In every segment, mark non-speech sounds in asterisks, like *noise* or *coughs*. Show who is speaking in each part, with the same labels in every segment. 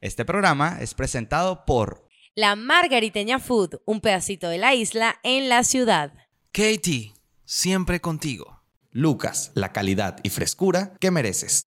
Speaker 1: Este programa es presentado por
Speaker 2: La Margariteña Food, un pedacito de la isla en la ciudad.
Speaker 3: Katie, siempre contigo.
Speaker 1: Lucas, la calidad y frescura que mereces.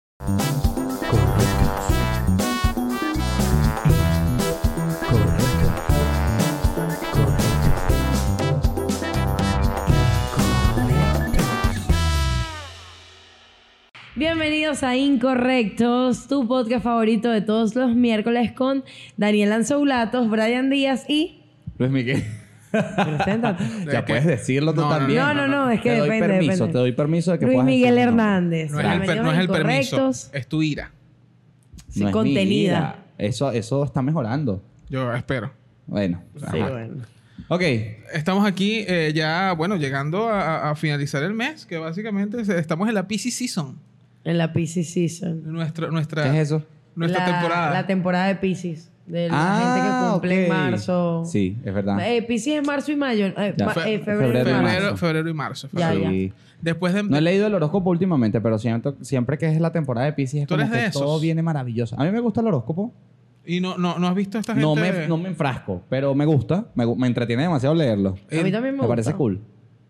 Speaker 2: Bienvenidos a Incorrectos, tu podcast favorito de todos los miércoles con Daniel Lanzoulatos, Brian Díaz y...
Speaker 4: Luis
Speaker 2: *laughs*
Speaker 4: Miguel. *laughs*
Speaker 2: Preséntate.
Speaker 4: ya
Speaker 5: que-
Speaker 4: puedes decirlo tú
Speaker 5: No, no,
Speaker 4: también.
Speaker 2: No, no, no, es que
Speaker 4: te doy
Speaker 2: depende,
Speaker 4: permiso,
Speaker 2: depende.
Speaker 4: te doy permiso de que
Speaker 2: Luis
Speaker 4: puedas
Speaker 2: Miguel
Speaker 4: decir mi nombre.
Speaker 2: Hernández.
Speaker 5: No es, el, per-
Speaker 2: Bienvenidos
Speaker 5: no es
Speaker 2: a
Speaker 5: el permiso,
Speaker 2: Incorrectos.
Speaker 5: es tu ira.
Speaker 2: Sí,
Speaker 4: No es mi
Speaker 2: contenida.
Speaker 4: ira. Eso, eso está mejorando.
Speaker 5: Yo espero.
Speaker 4: Bueno.
Speaker 2: Sí,
Speaker 4: ajá.
Speaker 2: bueno.
Speaker 4: Ok.
Speaker 5: Estamos aquí eh, ya, bueno, llegando a, a- a finalizar el mes, que básicamente se- estamos en la PC Season,
Speaker 2: En la Pisces Season.
Speaker 5: nuestra,
Speaker 4: ¿Qué
Speaker 5: nuestra,
Speaker 4: es eso?
Speaker 5: nuestra
Speaker 2: La-
Speaker 5: temporada.
Speaker 2: La temporada de Pisces. De la gente que
Speaker 4: Ah,
Speaker 2: cumple en
Speaker 4: ok.
Speaker 2: marzo.
Speaker 4: Sí, es verdad.
Speaker 2: Eh, Pisces es marzo y mayo. eh,
Speaker 4: Ya.
Speaker 2: ma-
Speaker 5: Fe-
Speaker 2: eh, febrero, y
Speaker 4: febrero y
Speaker 2: marzo.
Speaker 5: febrero,
Speaker 4: marzo.
Speaker 5: febrero y marzo.
Speaker 2: Ya,
Speaker 5: febrero.
Speaker 4: Sí.
Speaker 5: Después de...
Speaker 4: No he leído el horóscopo últimamente, pero siento, siempre que es la temporada de Pisces es
Speaker 5: ¿Tú
Speaker 4: como
Speaker 5: eres de
Speaker 4: que
Speaker 5: esos?
Speaker 4: todo viene maravilloso. A mí me gusta el horóscopo.
Speaker 5: y no, no, no has visto a esta gente...
Speaker 4: No me, no me enfrasco, pero me gusta. Me, gu- me entretiene demasiado leerlo.
Speaker 2: a mí también me,
Speaker 4: Me parece
Speaker 2: gusta.
Speaker 4: cool.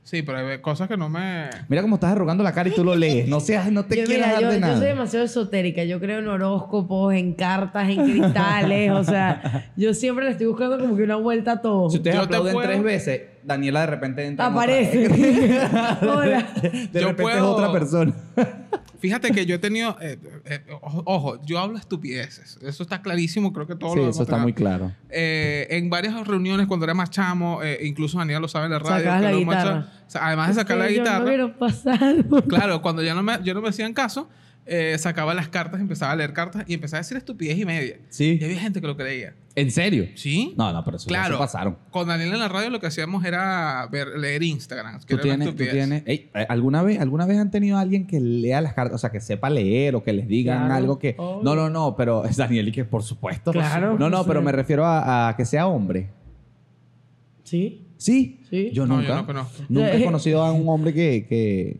Speaker 5: Sí, pero hay cosas que no me...
Speaker 4: Mira cómo estás arrugando la cara y tú lo lees. No seas, no te
Speaker 2: Yo,
Speaker 4: quieras
Speaker 2: mira,
Speaker 4: dar
Speaker 2: yo,
Speaker 4: de
Speaker 2: yo
Speaker 4: nada.
Speaker 2: soy demasiado esotérica. Yo creo en horóscopos, en cartas, en cristales.
Speaker 4: *laughs*
Speaker 2: o sea, yo siempre le estoy buscando como que una vuelta a todo.
Speaker 4: Si ustedes
Speaker 5: Yo te
Speaker 4: aplauden
Speaker 5: puedo-
Speaker 4: tres veces, Daniela de repente entra. en otra.
Speaker 2: Aparece. *laughs* Hola.
Speaker 4: De
Speaker 5: Yo
Speaker 4: repente es
Speaker 5: puedo-
Speaker 4: otra persona.
Speaker 5: Fíjate que yo he tenido... eh, eh, ojo- ojo, yo hablo estupideces. Eso está clarísimo, creo que todo
Speaker 4: sí,
Speaker 5: lo
Speaker 4: eso está
Speaker 5: demostramos.
Speaker 4: muy claro.
Speaker 5: Eh, en varias reuniones cuando era más chamo, eh, incluso Daniel lo sabe en la radio.
Speaker 2: Sacabas
Speaker 5: que
Speaker 2: la
Speaker 5: lo
Speaker 2: guitarra.
Speaker 5: muestra- o sea, además de sacar la
Speaker 2: Ustedes, Yo
Speaker 5: guitarra,
Speaker 2: *laughs* no quiero pasar.
Speaker 5: claro, cuando ya no me, yo no me hacían caso, eh, sacaba las cartas, empezaba a leer cartas y empezaba a decir estupidez y media.
Speaker 4: Sí.
Speaker 5: Y había gente que lo creía.
Speaker 4: ¿En serio?
Speaker 5: ¿Sí?
Speaker 4: No, no, pero eso ya
Speaker 5: Claro.
Speaker 4: se pasaron.
Speaker 5: Con Daniel en la radio lo que hacíamos era ver, leer Instagram. que
Speaker 4: Tú
Speaker 5: era una
Speaker 4: tienes, tú
Speaker 5: estupidez.
Speaker 4: tienes. Ey, eh, ¿alguna, vez, ¿Alguna vez han tenido a alguien que lea las cartas? O sea, que sepa leer o que les digan
Speaker 2: Claro,
Speaker 4: algo que.
Speaker 2: obvio.
Speaker 4: No, no, no, pero. *laughs* Daniel, y que por supuesto. No,
Speaker 2: Claro,
Speaker 4: no,
Speaker 2: por
Speaker 4: pero
Speaker 2: supuesto.
Speaker 4: me refiero a, a que sea hombre.
Speaker 2: Sí.
Speaker 4: ¿Sí?
Speaker 2: Sí. Eh,
Speaker 4: Yo
Speaker 5: No,
Speaker 4: nunca.
Speaker 5: yo no conozco.
Speaker 4: Nunca he conocido a un hombre que. que,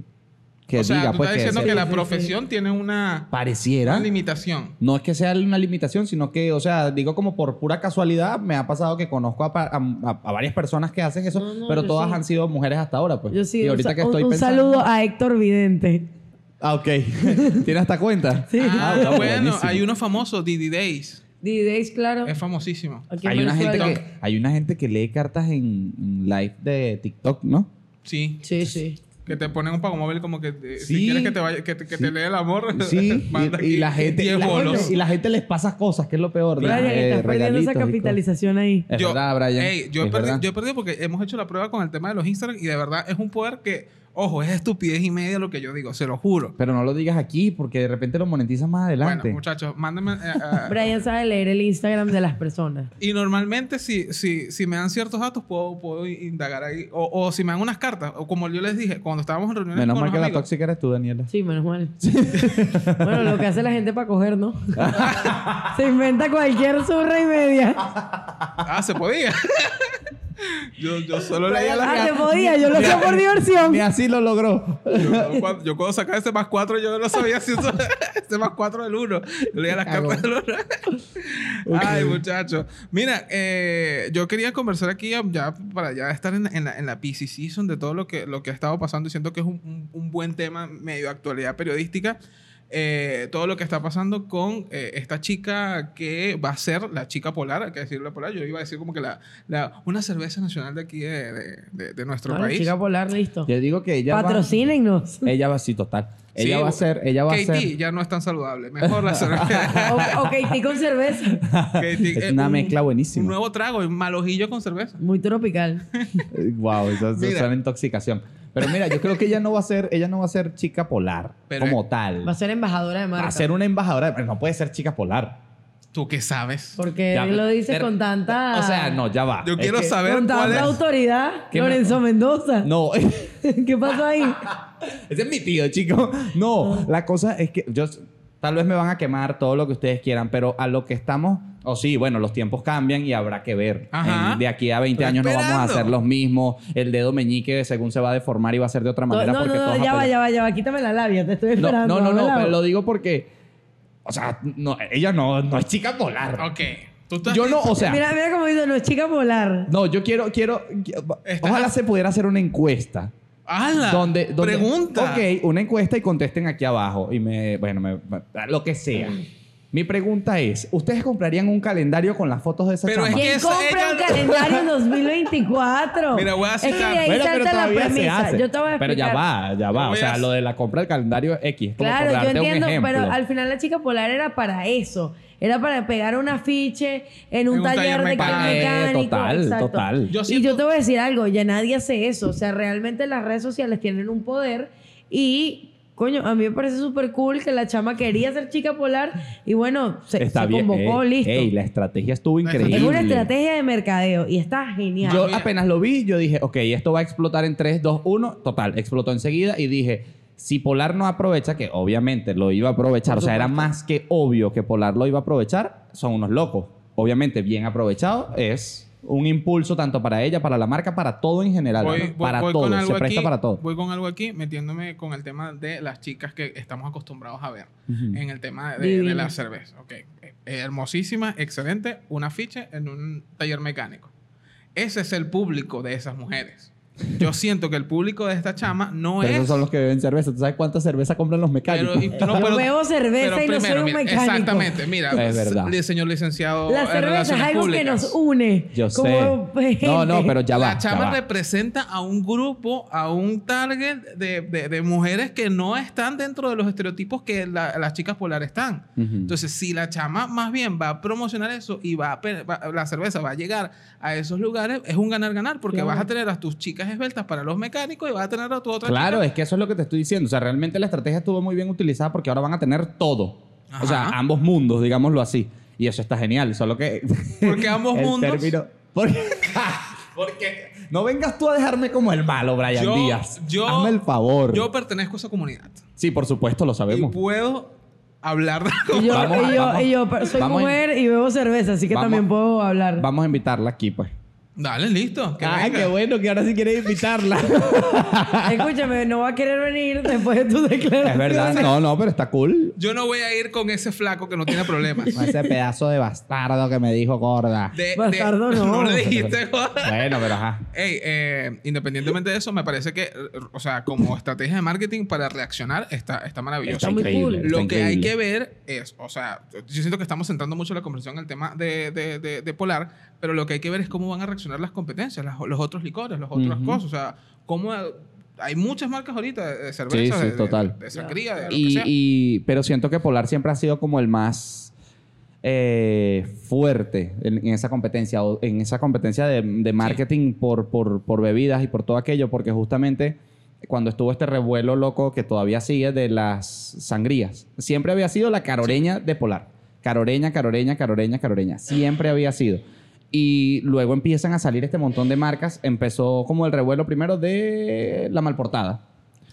Speaker 4: que
Speaker 5: o sea,
Speaker 4: diga,
Speaker 5: tú
Speaker 4: pues.
Speaker 5: estás diciendo
Speaker 4: se-
Speaker 5: que,
Speaker 2: sí,
Speaker 5: la
Speaker 2: sí, sí.
Speaker 5: profesión tiene una,
Speaker 4: pareciera.
Speaker 5: una limitación.
Speaker 4: No es que sea una limitación, sino que, o sea, digo como por pura casualidad, me ha pasado que conozco a, pa- a- a- a varias personas que hacen eso,
Speaker 2: No, no,
Speaker 4: pero
Speaker 2: yo
Speaker 4: todas
Speaker 2: sí.
Speaker 4: han sido mujeres hasta ahora, pues.
Speaker 2: Yo sí.
Speaker 4: y
Speaker 2: un
Speaker 4: ahorita
Speaker 2: sa-
Speaker 4: que
Speaker 2: un-
Speaker 4: estoy
Speaker 2: un
Speaker 4: pensando...
Speaker 2: saludo a Héctor Vidente.
Speaker 4: Ah, ok. *laughs* ¿Tienes hasta cuenta? Sí.
Speaker 5: Ah, bueno, hay uno famoso, Didi Days.
Speaker 2: D-Days, claro.
Speaker 5: Es famosísimo.
Speaker 2: Aquí en
Speaker 4: Hay una, gente
Speaker 2: Venezuela.
Speaker 4: que, hay una gente que lee cartas en, en live de TikTok, ¿no?
Speaker 5: Sí.
Speaker 2: Sí, sí.
Speaker 5: Que te ponen un pago móvil como que eh,
Speaker 4: Sí.
Speaker 5: si quieres que te vaya, que te, que te
Speaker 4: Sí.
Speaker 5: lea el amor, *laughs*
Speaker 4: Sí,
Speaker 5: manda
Speaker 4: y, y
Speaker 5: aquí
Speaker 4: la gente, y
Speaker 5: 10
Speaker 4: la,
Speaker 5: bolos.
Speaker 4: gente, y la gente les pasa cosas, que es lo peor. eh,
Speaker 2: Brian, estás perdiendo
Speaker 4: regalitos y
Speaker 2: esa
Speaker 4: cosas.
Speaker 2: capitalización ahí.
Speaker 4: Es verdad, Brian.
Speaker 5: Ey, yo, he
Speaker 4: es
Speaker 5: perdi-
Speaker 4: verdad.
Speaker 5: yo he perdido porque hemos hecho la prueba con el tema de los Instagram y de verdad es un poder que, ojo, es estupidez y media lo que yo digo, se lo juro.
Speaker 4: Pero no lo digas aquí porque de repente lo monetizas más adelante.
Speaker 5: Bueno, muchachos, mándenme. eh,
Speaker 4: Ah.
Speaker 2: *laughs*
Speaker 5: eh,
Speaker 2: Brian sabe leer el Instagram de las personas.
Speaker 5: y normalmente, si, si, si me dan ciertos datos, puedo, puedo indagar ahí. O, o si me dan unas cartas, o como yo les dije, cuando estábamos en reuniones
Speaker 4: Menos
Speaker 5: con
Speaker 4: mal
Speaker 5: los
Speaker 4: que la
Speaker 5: amigos,
Speaker 4: tóxica eres tú, Daniela.
Speaker 2: Sí,
Speaker 4: *laughs*
Speaker 2: menos mal. bueno, lo que hace la gente para coger, ¿no? Se inventa cualquier zurra y media.
Speaker 5: Ah, se podía. *laughs* yo, yo solo leía las
Speaker 2: Ah, se
Speaker 5: cartas.
Speaker 2: podía, yo lo hacía por diversión.
Speaker 4: Ni así lo logró.
Speaker 5: Yo cuando, yo cuando sacaba ese más 4, yo no sabía si eso *laughs* ese más 4 del 1. Leía las
Speaker 4: Cagó.
Speaker 5: cartas del 1. Ay, muchachos. Mira, eh, yo quería conversar aquí ya- ya para ya estar en, en la, en la PC Season de todo lo que, lo que ha estado pasando. Y siento que es un, un- un buen tema medio de actualidad periodística. Eh, todo lo que está pasando con eh, esta chica que va a ser la chica polar, hay que decirlo polar. Yo iba a decir como que la, la- una cerveza nacional de aquí de, de- de- de nuestro
Speaker 2: Bueno,
Speaker 5: país.
Speaker 2: Ah, chica polar, listo.
Speaker 4: Yo digo que ella
Speaker 5: *laughs*
Speaker 2: Patrocínenos.
Speaker 4: va... Ella va así, total.
Speaker 5: Sí,
Speaker 4: Ella va a ser... Ella va a
Speaker 5: Katie
Speaker 4: ser...
Speaker 5: ya no es tan saludable.
Speaker 4: *laughs*
Speaker 5: Mejor la cerveza. *laughs*
Speaker 2: O- Ok, tí con cerveza.
Speaker 5: Katie,
Speaker 4: Es
Speaker 5: eh,
Speaker 4: una
Speaker 5: un-
Speaker 4: mezcla
Speaker 5: Un
Speaker 4: buenísima.
Speaker 5: nuevo trago, el malojillo con cerveza.
Speaker 2: Muy tropical.
Speaker 4: Wow, eso, eso
Speaker 5: Mira.
Speaker 4: suena a intoxicación. Pero mira, yo creo que ella no va a ser... Ella no va a ser chica polar
Speaker 5: Pero-
Speaker 4: como tal.
Speaker 2: Va a ser embajadora de marca.
Speaker 4: Va a ser una embajadora. Pero no puede ser chica polar.
Speaker 5: ¿Tú qué sabes?
Speaker 2: Porque
Speaker 4: Ya,
Speaker 2: él lo dice
Speaker 4: pero-
Speaker 2: con tanta...
Speaker 4: O sea, no, ya va.
Speaker 5: Yo
Speaker 4: Es
Speaker 5: quiero
Speaker 4: que-
Speaker 5: saber
Speaker 2: Con
Speaker 5: cuál
Speaker 2: tanta
Speaker 5: es.
Speaker 2: autoridad.
Speaker 4: ¿Qué me-
Speaker 2: Lorenzo Mendoza.
Speaker 4: *laughs* No, *laughs* ese
Speaker 2: *laughs* ¿Qué pasó ahí?
Speaker 4: es mi tío, chico. No, la cosa es que yo... Tal vez me van a quemar todo lo que ustedes quieran, pero a lo que estamos... O sí, bueno, los tiempos cambian y habrá que ver.
Speaker 5: Ajá.
Speaker 4: En- de aquí a 20
Speaker 5: Estoy
Speaker 4: años no vamos a
Speaker 5: esperando.
Speaker 4: hacer los mismos. El dedo meñique, según se va a deformar, y va a ser de otra
Speaker 2: No,
Speaker 4: manera.
Speaker 2: no,
Speaker 4: porque
Speaker 2: no,
Speaker 4: todos
Speaker 2: ya va,
Speaker 4: apelan-
Speaker 2: ya va, ya va. Quítame la labia, te estoy
Speaker 4: no,
Speaker 2: esperando.
Speaker 4: no, no, no,
Speaker 2: dámela.
Speaker 4: pero lo digo porque O sea, no, ella no, no es chica polar.
Speaker 5: Ok. Tú estás
Speaker 4: Yo no, o sea.
Speaker 2: Mira, mira cómo dice, no, chica polar.
Speaker 4: No, yo quiero, quiero.
Speaker 5: Estás-
Speaker 4: Ojalá se pudiera hacer una encuesta.
Speaker 5: ¡Hala!
Speaker 4: Donde, donde-
Speaker 5: Pregunta.
Speaker 4: Ok, una encuesta y contesten aquí abajo. Y me. Bueno, me- lo que sea. Mi pregunta es: ¿Ustedes comprarían un calendario con las fotos de esa
Speaker 5: Pero es
Speaker 4: chama?
Speaker 5: que-
Speaker 2: ¿Quién
Speaker 5: esa-
Speaker 2: compra
Speaker 5: ella
Speaker 2: un
Speaker 5: no-
Speaker 2: calendario en
Speaker 5: *laughs*
Speaker 2: 2024?
Speaker 5: Mira, voy a
Speaker 2: Es que de
Speaker 5: citar-
Speaker 2: ahí
Speaker 4: Bueno, pero
Speaker 2: salta la
Speaker 4: todavía se
Speaker 2: premisa.
Speaker 4: hace.
Speaker 2: Yo te voy a explicar.
Speaker 4: Pero ya va, ya va.
Speaker 5: Yo
Speaker 4: O
Speaker 5: voy
Speaker 4: sea,
Speaker 5: a-
Speaker 4: lo de la compra del calendario X. como por
Speaker 2: Claro, yo
Speaker 4: darte un
Speaker 2: entiendo,
Speaker 4: ejemplo.
Speaker 2: pero al final la chica polar era para eso. Era para pegar un afiche en un, taller, de
Speaker 5: mecánico.
Speaker 2: cambio
Speaker 4: Eh,
Speaker 2: mecánico.
Speaker 4: total,
Speaker 2: exacto.
Speaker 4: total.
Speaker 5: Yo
Speaker 2: Y
Speaker 5: siento-
Speaker 2: yo te voy a decir algo, ya nadie hace eso. O sea, realmente las redes sociales tienen un poder y, coño, a mí me parece súper cool que la chama quería ser chica polar y bueno, se,
Speaker 4: Está
Speaker 2: se
Speaker 4: bien.
Speaker 2: convocó,
Speaker 4: Ey,
Speaker 2: listo.
Speaker 4: ey, la estrategia estuvo
Speaker 5: Es una
Speaker 4: increíble.
Speaker 2: es una estrategia de mercadeo y está genial.
Speaker 4: Yo
Speaker 5: Mira.
Speaker 4: apenas lo vi, yo dije, ok, esto va a explotar en 3, 2, 1. Total, explotó enseguida y dije, si Polar no aprovecha, que obviamente lo iba a aprovechar, o sea, era más que obvio que Polar lo iba a aprovechar, son unos locos. Obviamente, bien aprovechado es un impulso tanto para ella, para la marca, para todo en general.
Speaker 5: Voy,
Speaker 4: ¿no?
Speaker 5: voy-
Speaker 4: para
Speaker 5: voy con
Speaker 4: todo,
Speaker 5: algo
Speaker 4: se presta
Speaker 5: aquí,
Speaker 4: para todo.
Speaker 5: Voy con algo aquí, metiéndome con el tema de las chicas que estamos acostumbrados a ver.
Speaker 4: Ujú.
Speaker 5: En el tema de,
Speaker 2: Divino.
Speaker 5: de la cerveza. Ok. Eh, hermosísima, excelente, una ficha en un taller mecánico. Ese es el público de esas mujeres. Yo siento que el público de esta chama no
Speaker 4: Pero
Speaker 5: es.
Speaker 4: esos son los que beben cerveza. ¿Tú sabes cuánta cerveza compran los
Speaker 5: pero-
Speaker 4: mecánicos?
Speaker 5: y- no,
Speaker 2: Yo
Speaker 5: pero-
Speaker 2: bebo cerveza
Speaker 5: pero
Speaker 2: y no soy un
Speaker 5: mira,
Speaker 2: mecánico.
Speaker 5: Exactamente, mira,
Speaker 4: Es verdad.
Speaker 5: li- señor licenciado
Speaker 2: la
Speaker 5: en
Speaker 2: cerveza es
Speaker 5: relaciones
Speaker 2: algo que
Speaker 5: públicas.
Speaker 2: nos une.
Speaker 4: Yo
Speaker 2: como
Speaker 4: sé. No, no,
Speaker 2: *laughs* gente.
Speaker 4: pero ya va.
Speaker 5: la
Speaker 4: ya
Speaker 5: chama
Speaker 4: va.
Speaker 5: representa a un grupo, a un target de, de- de mujeres que no están dentro de los estereotipos que la- las chicas polares están.
Speaker 4: Ujú.
Speaker 5: Entonces, si la chama más bien va a promocionar eso y va a pe- va- la cerveza va a llegar a esos lugares, es un ganar-ganar porque vas a tener a tus chicas esbeltas para los mecánicos y vas a tener a tus otras
Speaker 4: Claro,
Speaker 5: chicas.
Speaker 4: es que eso es lo que te estoy diciendo. O sea, realmente la estrategia estuvo muy bien utilizada porque ahora van a tener todo. O sea,
Speaker 5: Ajá.
Speaker 4: ambos mundos, digámoslo así. Y eso está genial. Solo que.
Speaker 5: *laughs* Porque ambos
Speaker 4: *laughs* el
Speaker 5: mundos-
Speaker 4: término-
Speaker 5: *laughs*
Speaker 4: Porque... porque No vengas tú a dejarme como el malo, Brian
Speaker 5: Yo-
Speaker 4: Díaz.
Speaker 5: yo-
Speaker 4: Hazme el favor.
Speaker 5: Yo pertenezco a esa comunidad
Speaker 4: Sí, por supuesto, lo
Speaker 5: y
Speaker 4: sabemos.
Speaker 5: puedo hablar *laughs* de
Speaker 2: Y yo,
Speaker 4: Vamos a-
Speaker 2: y yo-
Speaker 4: vamos-
Speaker 2: y yo, pero soy
Speaker 4: vamos a-
Speaker 2: mujer y bebo cerveza, así que
Speaker 4: vamos-
Speaker 2: también puedo hablar.
Speaker 4: Vamos a invitarla aquí, pues.
Speaker 5: Dale, listo. que
Speaker 4: Ay,
Speaker 5: venga.
Speaker 4: qué bueno que ahora sí quieres
Speaker 5: *laughs*
Speaker 4: invitarla.
Speaker 2: Escúchame, no va a querer venir después de tu declaración.
Speaker 4: es verdad. No, no, pero está cool.
Speaker 5: Yo no voy a ir con ese flaco que no tiene problemas.
Speaker 4: Con ese pedazo de bastardo que me dijo gorda.
Speaker 5: De- de- *laughs*
Speaker 2: Bastardo, no.
Speaker 5: le dijiste, joder.
Speaker 4: Bueno, pero ajá.
Speaker 5: Ey, eh, independientemente de eso, me parece que, eh, o sea, como estrategia de marketing para reaccionar está, está maravilloso.
Speaker 4: Está
Speaker 2: muy
Speaker 4: increíble,
Speaker 2: cool.
Speaker 4: está
Speaker 5: Lo que hay
Speaker 4: increíble.
Speaker 5: que ver es, o sea, yo siento que estamos centrando mucho la conversación en el tema de, de- de- de Polar, pero lo que hay que ver es cómo van a reaccionar las competencias, las- los otros licores, las otras
Speaker 4: Ujú.
Speaker 5: cosas. O sea, cómo. Hay muchas marcas ahorita de de cerveza,
Speaker 4: Sí, sí,
Speaker 5: de, de-
Speaker 4: total.
Speaker 5: de sangría, de lo que
Speaker 4: y,
Speaker 5: sea.
Speaker 4: y- pero siento que Polar siempre ha sido como el más eh, fuerte en, en esa competencia, o en esa competencia de, de marketing por, por, por bebidas y por todo aquello, porque justamente cuando estuvo este revuelo loco que todavía sigue de las sangrías, siempre había sido la caroreña de Polar. Caroreña, caroreña, caroreña, caroreña. Siempre había sido. Y luego empiezan a salir este montón de marcas. Empezó como el revuelo primero de la malportada.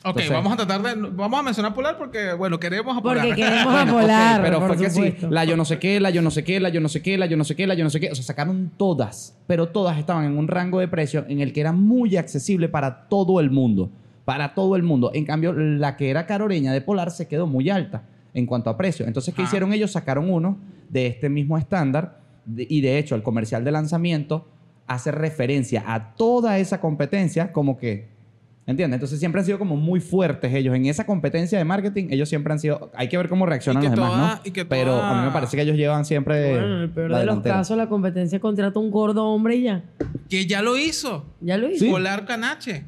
Speaker 5: Ok,
Speaker 4: entonces-
Speaker 5: vamos a tratar de. Vamos a mencionar Polar porque, bueno, queremos a Polar.
Speaker 2: Porque queremos a
Speaker 4: Bueno, ok,
Speaker 2: volar.
Speaker 4: pero
Speaker 2: por
Speaker 4: fue que sí.
Speaker 2: supuesto.
Speaker 4: La yo no sé qué, la yo no sé qué, la yo no sé qué, la yo no sé qué, la yo no sé qué. O sea, sacaron todas, pero todas estaban en un rango de precio en el que era muy accesible para todo el mundo. Para todo el mundo. En cambio, la que era caroreña de Polar se quedó muy alta en cuanto a precio. Entonces, ¿qué
Speaker 5: Ah.
Speaker 4: hicieron ellos? Sacaron uno de este mismo estándar de- y de hecho el comercial de lanzamiento hace referencia a toda esa competencia como que ¿Entiendes? Entonces siempre han sido como muy fuertes ellos. En esa competencia de marketing, ellos siempre han sido. Hay que ver cómo reaccionan
Speaker 5: Y que
Speaker 4: los demás,
Speaker 5: toda-
Speaker 4: ¿no?
Speaker 5: y que
Speaker 4: Pero
Speaker 5: toda-
Speaker 4: a mí me parece que ellos llevan siempre.
Speaker 2: Bueno, en el peor
Speaker 4: la
Speaker 2: de los
Speaker 4: delantera.
Speaker 2: casos, la competencia contrata un gordo hombre y ya.
Speaker 5: Que ya lo hizo.
Speaker 2: Ya lo hizo.
Speaker 5: Polar Canache.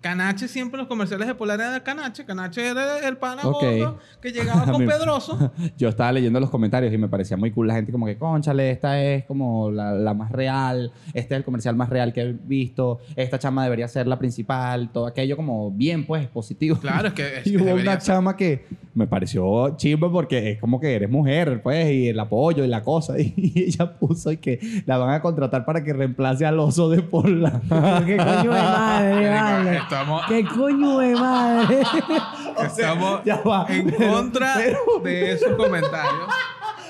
Speaker 5: Canache siempre los comerciales de Polar era de Canache. Canache era el pana
Speaker 4: Ok.
Speaker 5: gordo
Speaker 4: *laughs*
Speaker 5: que llegaba
Speaker 4: A mí-
Speaker 5: con Pedroso.
Speaker 4: Yo estaba leyendo los comentarios y me parecía muy cool la gente, como que, conchale, esta es como la, la más real, este es el comercial más real que he visto, esta chama debería ser la principal, todo aquello como bien, pues, positivo.
Speaker 5: Claro, es que es-
Speaker 4: Y hubo
Speaker 5: debería
Speaker 4: una
Speaker 5: ser.
Speaker 4: chama que me pareció chimba porque es como que eres mujer, pues, y el apoyo y la cosa. *laughs* Y, ella puso y que la van a contratar para que reemplace al oso de Pola.
Speaker 5: *laughs*
Speaker 2: ¿Qué coño
Speaker 4: *laughs*
Speaker 2: de madre, vale?
Speaker 5: Estamos-
Speaker 2: ¿Qué coño de madre?
Speaker 5: Estamos
Speaker 4: ya va,
Speaker 5: en
Speaker 4: pero-
Speaker 5: contra
Speaker 4: pero-
Speaker 5: de esos comentarios.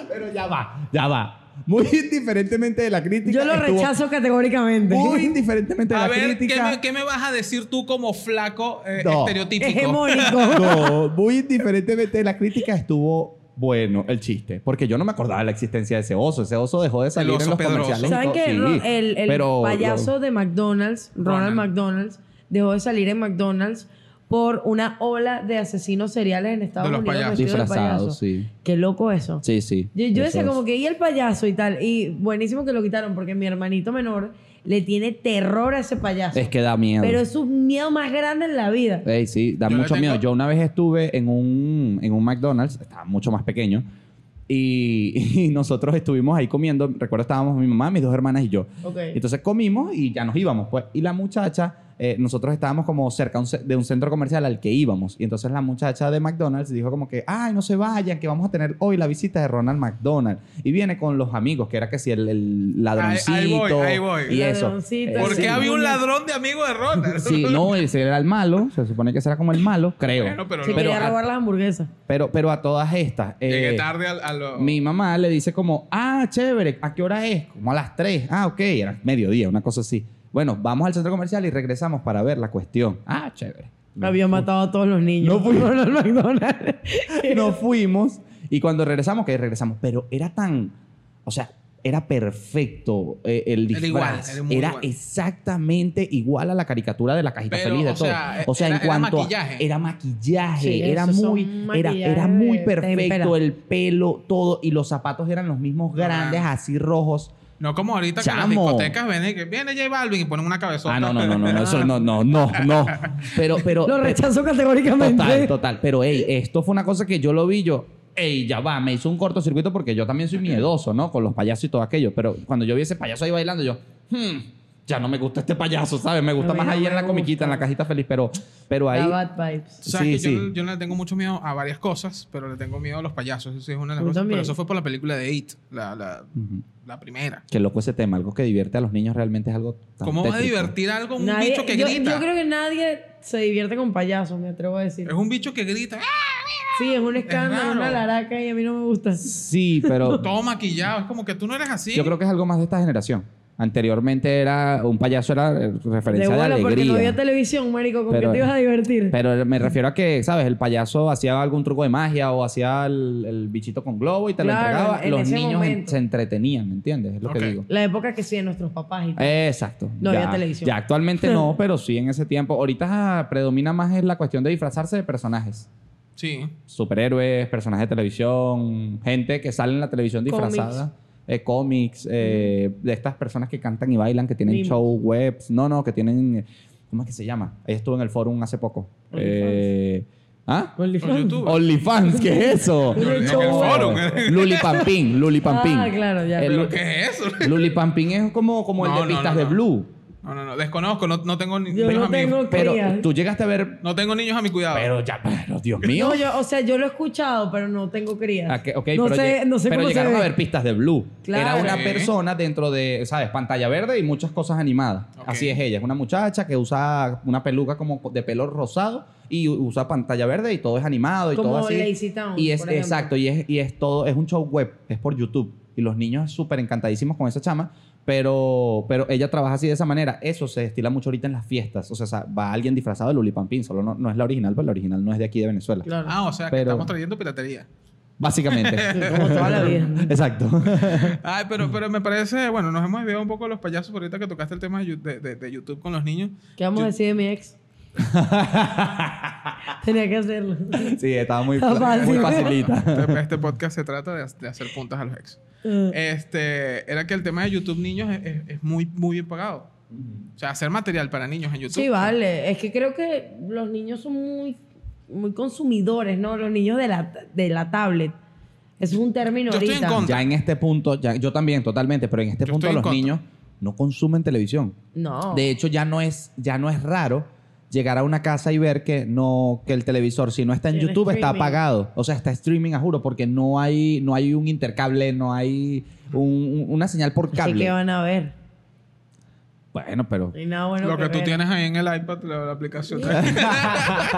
Speaker 4: Pero ya va, ya va. Muy indiferentemente de la crítica.
Speaker 2: Yo lo
Speaker 4: estuvo-
Speaker 2: rechazo categóricamente. *laughs*
Speaker 4: Muy indiferentemente de
Speaker 5: A
Speaker 4: la
Speaker 5: ver, ¿qué
Speaker 4: crítica.
Speaker 5: me, qué me vas a decir tú como flaco eh,
Speaker 4: No. *laughs*
Speaker 5: estereotípico?
Speaker 2: Hegemónico.
Speaker 4: No, muy indiferentemente de la crítica estuvo bueno el chiste. Porque yo no me acordaba de la existencia de ese oso. Ese oso dejó de salir
Speaker 5: oso
Speaker 4: en los
Speaker 5: Pedroso.
Speaker 4: comerciales. y
Speaker 2: ¿Saben
Speaker 4: todo.
Speaker 2: que
Speaker 4: Sí,
Speaker 2: Ro- el, el
Speaker 4: pero-
Speaker 2: payaso de McDonald's, Ronald,
Speaker 5: Ronald.
Speaker 2: McDonald's, dejó de salir en McDonald's por una ola de asesinos seriales en Estados
Speaker 5: De los
Speaker 2: Unidos
Speaker 5: payasos.
Speaker 2: vestidos de
Speaker 4: Disfrazado,
Speaker 2: payaso?
Speaker 4: sí.
Speaker 2: Qué loco eso.
Speaker 4: Sí, sí.
Speaker 2: Yo, yo decía
Speaker 4: Eso es.
Speaker 2: como que y el payaso y tal. Y buenísimo que lo quitaron porque mi hermanito menor le tiene terror a ese payaso.
Speaker 4: Es que da miedo.
Speaker 2: Pero es su miedo más grande en la vida.
Speaker 4: Ey, sí, da
Speaker 5: Yo le
Speaker 4: mucho
Speaker 5: tengo-
Speaker 4: miedo. Yo una vez estuve en un, en un McDonald's, estaba mucho más pequeño, y, *laughs* y nosotros estuvimos ahí comiendo. Recuerdo estábamos mi mamá, mis dos hermanas y yo.
Speaker 2: Ok.
Speaker 4: Entonces comimos y ya nos íbamos. Pues. Y la muchacha, eh, nosotros estábamos como cerca un ce- de un centro comercial al que íbamos. Y entonces la muchacha de McDonald's dijo como que, ay, no se vayan, que vamos a tener hoy la visita de Ronald McDonald. Y viene con los amigos, que era que si el, el ladroncito
Speaker 5: Ahí- ahí voy, ahí voy.
Speaker 4: y eso.
Speaker 2: Ladroncito.
Speaker 4: Eh,
Speaker 5: ¿Por
Speaker 2: sí.
Speaker 5: qué había un ladrón de amigo de
Speaker 4: *laughs*
Speaker 5: Ronald?
Speaker 4: Sí, no, ese era el malo. Se supone que será como el malo, creo.
Speaker 5: *laughs* Bueno, pero
Speaker 2: Se
Speaker 5: lo-
Speaker 4: pero-
Speaker 2: quería robar las hamburguesas.
Speaker 4: Pero, pero a todas estas. eh,
Speaker 5: llegué tarde al- a, lo...
Speaker 4: mi mamá le dice como, ah, chévere, ¿a qué hora es? Como a las 3. Ah, ok, era mediodía, una cosa así. Bueno, vamos al centro comercial y regresamos para ver la cuestión. Ah, chévere.
Speaker 2: Había matado a todos los niños.
Speaker 4: No fui-
Speaker 2: Ronald McDonald.
Speaker 4: *laughs* Nos fuimos y cuando regresamos, que regresamos, pero era tan, o sea, era perfecto eh, el
Speaker 5: Era igual,
Speaker 4: disfraz.
Speaker 5: era
Speaker 4: Era,
Speaker 5: muy igual.
Speaker 4: exactamente igual a la caricatura de la cajita
Speaker 5: Pero,
Speaker 4: feliz de
Speaker 5: o
Speaker 4: todo.
Speaker 5: sea,
Speaker 4: o sea,
Speaker 5: era-
Speaker 4: en
Speaker 5: era
Speaker 4: cuanto a-
Speaker 5: maquillaje.
Speaker 4: era maquillaje,
Speaker 2: Sí,
Speaker 4: era
Speaker 2: esos son
Speaker 4: muy era,
Speaker 2: maquillaje
Speaker 4: era muy
Speaker 2: de
Speaker 4: perfecto
Speaker 2: témpera.
Speaker 4: el pelo, todo y los zapatos eran los mismos grandes,
Speaker 5: Ah.
Speaker 4: así rojos.
Speaker 5: No como ahorita que en las
Speaker 4: Chamo.
Speaker 5: discotecas ven y que viene J Balvin y ponen una cabezota.
Speaker 4: Ah, no, no, no, no, no, eso no, no, no,
Speaker 5: *laughs*
Speaker 4: no. Pero pero
Speaker 2: Lo rechazo categóricamente.
Speaker 4: eh, Total, total. Pero, ey, esto fue una cosa que yo lo vi yo. Ey, ya va, me hizo un cortocircuito porque yo también soy miedoso, ¿no? Con los payasos y todo aquello. Pero cuando yo vi ese payaso ahí bailando, yo, hmm, ya no me gusta este payaso, ¿sabes? Me gusta
Speaker 2: A mí
Speaker 4: más
Speaker 2: no
Speaker 4: ahí
Speaker 2: me
Speaker 4: en la comiquita,
Speaker 2: gusta.
Speaker 4: en la cajita feliz. Pero, pero ahí.
Speaker 2: La bad vibes.
Speaker 5: O sea, que
Speaker 4: Sí,
Speaker 5: yo,
Speaker 4: sí.
Speaker 5: yo no le tengo mucho miedo a varias cosas, pero le tengo miedo a los payasos. Eso sí es una de las
Speaker 2: Yo
Speaker 5: cosas.
Speaker 2: también.
Speaker 5: Pero eso fue por la película de It, la, la, la primera.
Speaker 4: Qué loco ese tema. Algo que divierte a los niños realmente es algo. tan
Speaker 5: ¿Cómo va a
Speaker 4: tétrico.
Speaker 5: divertir algo un
Speaker 2: Nadie-
Speaker 5: bicho que
Speaker 2: yo,
Speaker 5: grita?
Speaker 2: yo creo que nadie se divierte con payasos, me atrevo a decir.
Speaker 5: Es un bicho que grita. ¡Ah!
Speaker 2: Sí, es un escándalo,
Speaker 5: raro.
Speaker 2: una laraca y a mí no me gusta.
Speaker 4: Sí,
Speaker 5: *laughs*
Speaker 4: pero.
Speaker 5: Todo maquillado. Es como que tú no eres así.
Speaker 4: yo creo que es algo más de esta generación. Anteriormente era. Un payaso era eh,
Speaker 2: De
Speaker 4: referencia de,
Speaker 2: bola, porque
Speaker 4: alegría.
Speaker 2: no había televisión, marico. ¿Con
Speaker 4: Pero-
Speaker 2: qué te ibas a divertir?
Speaker 4: Pero me refiero a que, ¿sabes? El payaso hacía algún truco de magia o hacía el, el bichito con globo y te
Speaker 2: Claro,
Speaker 4: lo entregaba.
Speaker 2: en
Speaker 4: Los
Speaker 2: ese
Speaker 4: niños en-
Speaker 2: momento.
Speaker 4: se entretenían, ¿me entiendes? Es lo
Speaker 5: Ok.
Speaker 4: que digo.
Speaker 2: La época que sí de nuestros papás y tal.
Speaker 4: Exacto.
Speaker 2: No
Speaker 4: ya,
Speaker 2: había televisión.
Speaker 4: Ya actualmente
Speaker 2: *laughs*
Speaker 4: no, pero sí en ese tiempo. Ahorita ah, predomina más es la cuestión de disfrazarse de personajes.
Speaker 5: Sí.
Speaker 4: Superhéroes, personajes de televisión, gente que sale en la televisión
Speaker 2: Cómics.
Speaker 4: disfrazada. eh, cómics, eh, de estas personas que cantan y bailan, que tienen
Speaker 2: Mimos.
Speaker 4: show webs. No, no, que tienen... eh, ¿Cómo es que se llama? Ella estuvo en el forum hace poco.
Speaker 2: OnlyFans.
Speaker 4: Eh, ¿Ah?
Speaker 5: Por YouTube.
Speaker 4: OnlyFans, ¿qué es eso?
Speaker 2: En el
Speaker 5: forum.
Speaker 4: Luli Pampín, Luli Pampín.
Speaker 2: Ah, claro, ya.
Speaker 4: El-
Speaker 5: ¿Pero qué es eso?
Speaker 4: Luli Pampín es como, como
Speaker 5: No,
Speaker 4: el de
Speaker 5: no,
Speaker 4: pistas
Speaker 5: no,
Speaker 4: de
Speaker 5: no.
Speaker 4: Blue.
Speaker 5: No, no, no. Desconozco. No, no tengo ni-
Speaker 2: Yo
Speaker 5: niños
Speaker 2: no
Speaker 5: a mi...
Speaker 2: tengo
Speaker 4: Pero
Speaker 2: cría.
Speaker 4: tú llegaste a ver.
Speaker 5: No tengo niños a mi cuidado.
Speaker 4: Pero ya, pero Dios mío.
Speaker 2: No, yo, o sea, yo lo he escuchado, pero no tengo crías.
Speaker 4: ¿A qué? Ah, Ok,
Speaker 2: no,
Speaker 4: pero,
Speaker 2: sé,
Speaker 4: lleg-
Speaker 2: no sé
Speaker 4: pero
Speaker 2: cómo se
Speaker 4: llegaron
Speaker 2: ve.
Speaker 4: a ver pistas de Blue.
Speaker 2: Claro.
Speaker 4: Era una
Speaker 5: Sí.
Speaker 4: persona dentro de, ¿sabes? Pantalla verde y muchas cosas animadas.
Speaker 5: Ok.
Speaker 4: Así es ella. Es una muchacha que usa una peluca como de pelo rosado y usa pantalla verde y todo es animado y
Speaker 2: Como
Speaker 4: todo así.
Speaker 2: Lazy Town,
Speaker 4: y es
Speaker 2: por ejemplo.
Speaker 4: exacto y es, y es todo es un show web, es por YouTube y los niños súper encantadísimos con esa chama. Pero, pero ella trabaja así de esa manera. Eso se estila mucho ahorita en las fiestas. O sea, sa- va alguien disfrazado de Lulipampín. Solo no, no es la original, pero la original no es de aquí de Venezuela.
Speaker 2: Claro.
Speaker 5: Ah, o sea, que
Speaker 4: Pero-
Speaker 5: estamos trayendo piratería.
Speaker 2: *laughs*
Speaker 4: Básicamente.
Speaker 2: Como toda la vida.
Speaker 4: Exacto. *laughs*
Speaker 5: Ay, pero, pero me parece... Bueno, nos hemos desviado un poco de los payasos por ahorita que tocaste el tema de, yu- de- de- de YouTube con los niños.
Speaker 2: ¿Qué vamos a decir de mi ex? Tenía que hacerlo.
Speaker 5: *laughs*
Speaker 4: Sí, estaba muy,
Speaker 2: Está fácil.
Speaker 4: muy
Speaker 2: *laughs*
Speaker 4: facilita.
Speaker 5: Este, este podcast se trata de, de hacer puntas a los ex. Este... Era que el tema de YouTube niños es, es- es muy, muy bien pagado. O sea, hacer material para niños en YouTube.
Speaker 2: Sí, vale. Es que creo que los niños son muy, muy consumidores, ¿no? Los niños de la, de la tablet. Eso es un término
Speaker 5: Yo estoy
Speaker 2: ahorita.
Speaker 5: en contra.
Speaker 4: Ya en este punto, ya- yo también, totalmente, pero en este
Speaker 5: Yo
Speaker 4: punto
Speaker 5: estoy en
Speaker 4: los
Speaker 5: contra.
Speaker 4: niños no consumen televisión.
Speaker 2: No.
Speaker 4: De hecho, ya no es, ya no es raro llegar a una casa y ver que no, que el televisor, si no está en
Speaker 2: Tiene
Speaker 4: YouTube, está
Speaker 2: streaming.
Speaker 4: apagado. O sea, está streaming, a juro, porque no hay, no hay un intercable, no hay un- un- una señal por
Speaker 2: Así que
Speaker 4: cable.
Speaker 2: van a ver.
Speaker 4: Bueno, pero.
Speaker 2: No hay nada bueno
Speaker 5: lo que, tú
Speaker 2: ver.
Speaker 5: tienes ahí en el iPad, la, la aplicación. *laughs*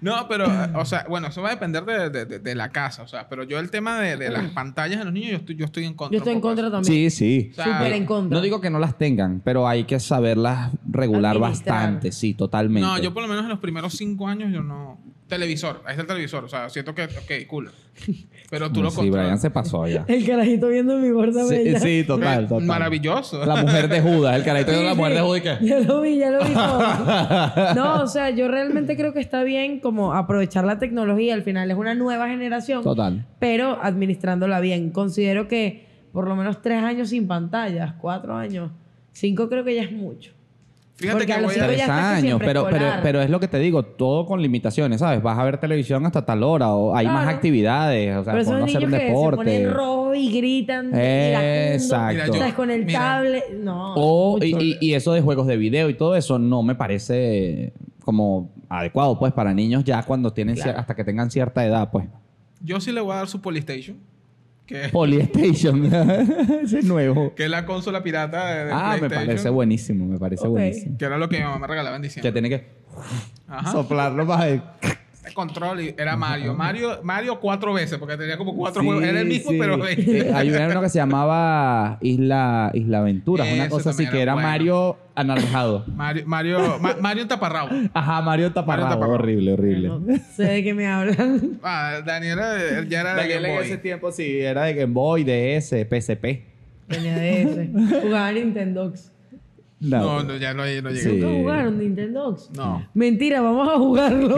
Speaker 5: no, pero, eh, o sea, bueno, eso va a depender de, de- de- de la casa, o sea, pero yo el tema de, de las pantallas de los niños, yo estoy, yo estoy en contra.
Speaker 2: Yo estoy
Speaker 5: un
Speaker 2: en
Speaker 5: poco de
Speaker 2: contra
Speaker 4: Sí,
Speaker 2: también.
Speaker 4: sí.
Speaker 5: sea,
Speaker 2: Súper en contra.
Speaker 4: No digo que no las tengan, pero hay que saberlas regular
Speaker 2: Administrar.
Speaker 4: bastante, sí,
Speaker 5: eso.
Speaker 4: totalmente.
Speaker 5: No, yo por lo menos en los primeros cinco años yo no... televisor, ahí está el televisor, o sea, siento que, ok, cool. Pero tú
Speaker 4: Mm,
Speaker 5: lo
Speaker 4: sí, Brian
Speaker 5: controlas.
Speaker 4: se pasó
Speaker 2: *laughs*
Speaker 4: ya.
Speaker 2: El carajito viendo mi gorda
Speaker 4: Sí,
Speaker 2: bella. *laughs*
Speaker 4: sí, total,
Speaker 5: Eh,
Speaker 4: total.
Speaker 5: Maravilloso.
Speaker 4: La mujer de Judas, el carajito de la
Speaker 2: Sí,
Speaker 4: mujer
Speaker 2: sí.
Speaker 4: de Judas y que...
Speaker 2: Ya lo vi, ya lo vi. todo. No, o sea, yo realmente creo que está bien como aprovechar la tecnología. Al final es una nueva generación,
Speaker 4: Total.
Speaker 2: pero administrándola bien. Considero que por lo menos tres años sin pantallas, cuatro años, cinco creo que ya es mucho.
Speaker 5: Fíjate
Speaker 2: Porque a
Speaker 5: que
Speaker 2: los
Speaker 5: voy
Speaker 2: cinco
Speaker 5: a...
Speaker 2: ya
Speaker 4: Tres
Speaker 2: está que
Speaker 4: años,
Speaker 2: siempre
Speaker 4: pero, pero,
Speaker 2: escolar.
Speaker 4: pero es lo que te digo, todo con limitaciones, ¿sabes? Vas a ver televisión hasta tal hora, o hay más
Speaker 2: Claro.
Speaker 4: actividades, o sea,
Speaker 2: Pero esos
Speaker 4: podemos hacer
Speaker 2: niños
Speaker 4: un
Speaker 2: que se
Speaker 4: deporte.
Speaker 2: ponen rojos y gritan.
Speaker 4: Exacto. Oh,
Speaker 5: Mira,
Speaker 2: O
Speaker 5: yo-
Speaker 2: sea, con el
Speaker 5: mira.
Speaker 2: tablet. No.
Speaker 4: O,
Speaker 2: mucho.
Speaker 4: y, y- y eso de juegos de video y todo eso no me parece como adecuado, pues, para niños ya cuando tienen, cier- hasta que tengan cierta edad, pues.
Speaker 5: Yo sí le voy a dar su Polystation, que,
Speaker 4: Polystation, *laughs* ese es nuevo.
Speaker 5: *laughs* que es la consola pirata de, de
Speaker 4: Ah, me
Speaker 5: PlayStation,
Speaker 4: parece buenísimo, me parece
Speaker 2: Ok.
Speaker 4: buenísimo.
Speaker 5: Que era lo que mi mamá me regalaba en
Speaker 4: Que
Speaker 5: diciembre.
Speaker 4: tiene que
Speaker 5: Ajá.
Speaker 4: soplarlo para el...
Speaker 5: Este control y- era Mario. Mario. Mario cuatro veces, porque tenía como cuatro juegos. Era el mismo,
Speaker 2: *laughs*
Speaker 5: pero...
Speaker 4: Eh, Hay una uno que se llamaba Isla, Isla Aventuras, una
Speaker 5: Eso
Speaker 4: cosa así
Speaker 5: también
Speaker 4: que
Speaker 5: era
Speaker 4: era
Speaker 5: bueno.
Speaker 4: Mario anaranjado.
Speaker 5: Mario, Mario, Ma- Mario en taparrabo.
Speaker 4: Ajá, Mario taparrabo.
Speaker 5: taparrabo.
Speaker 4: Horrible, horrible.
Speaker 2: No sé de qué
Speaker 4: *laughs*
Speaker 2: me hablan.
Speaker 5: Ah, Daniela eh, ya era de
Speaker 4: Daniel
Speaker 5: Game
Speaker 4: en
Speaker 5: Boy.
Speaker 4: ese tiempo sí era de Game Boy, DS, PSP.
Speaker 2: Tenía de ese. Jugaba a Nintendox.
Speaker 5: No, no, ya no, no llegué.
Speaker 4: Sí.
Speaker 2: ¿Nunca jugaron Nintendox?
Speaker 5: No.
Speaker 2: Mentira, vamos
Speaker 4: *laughs*
Speaker 2: a jugarlo.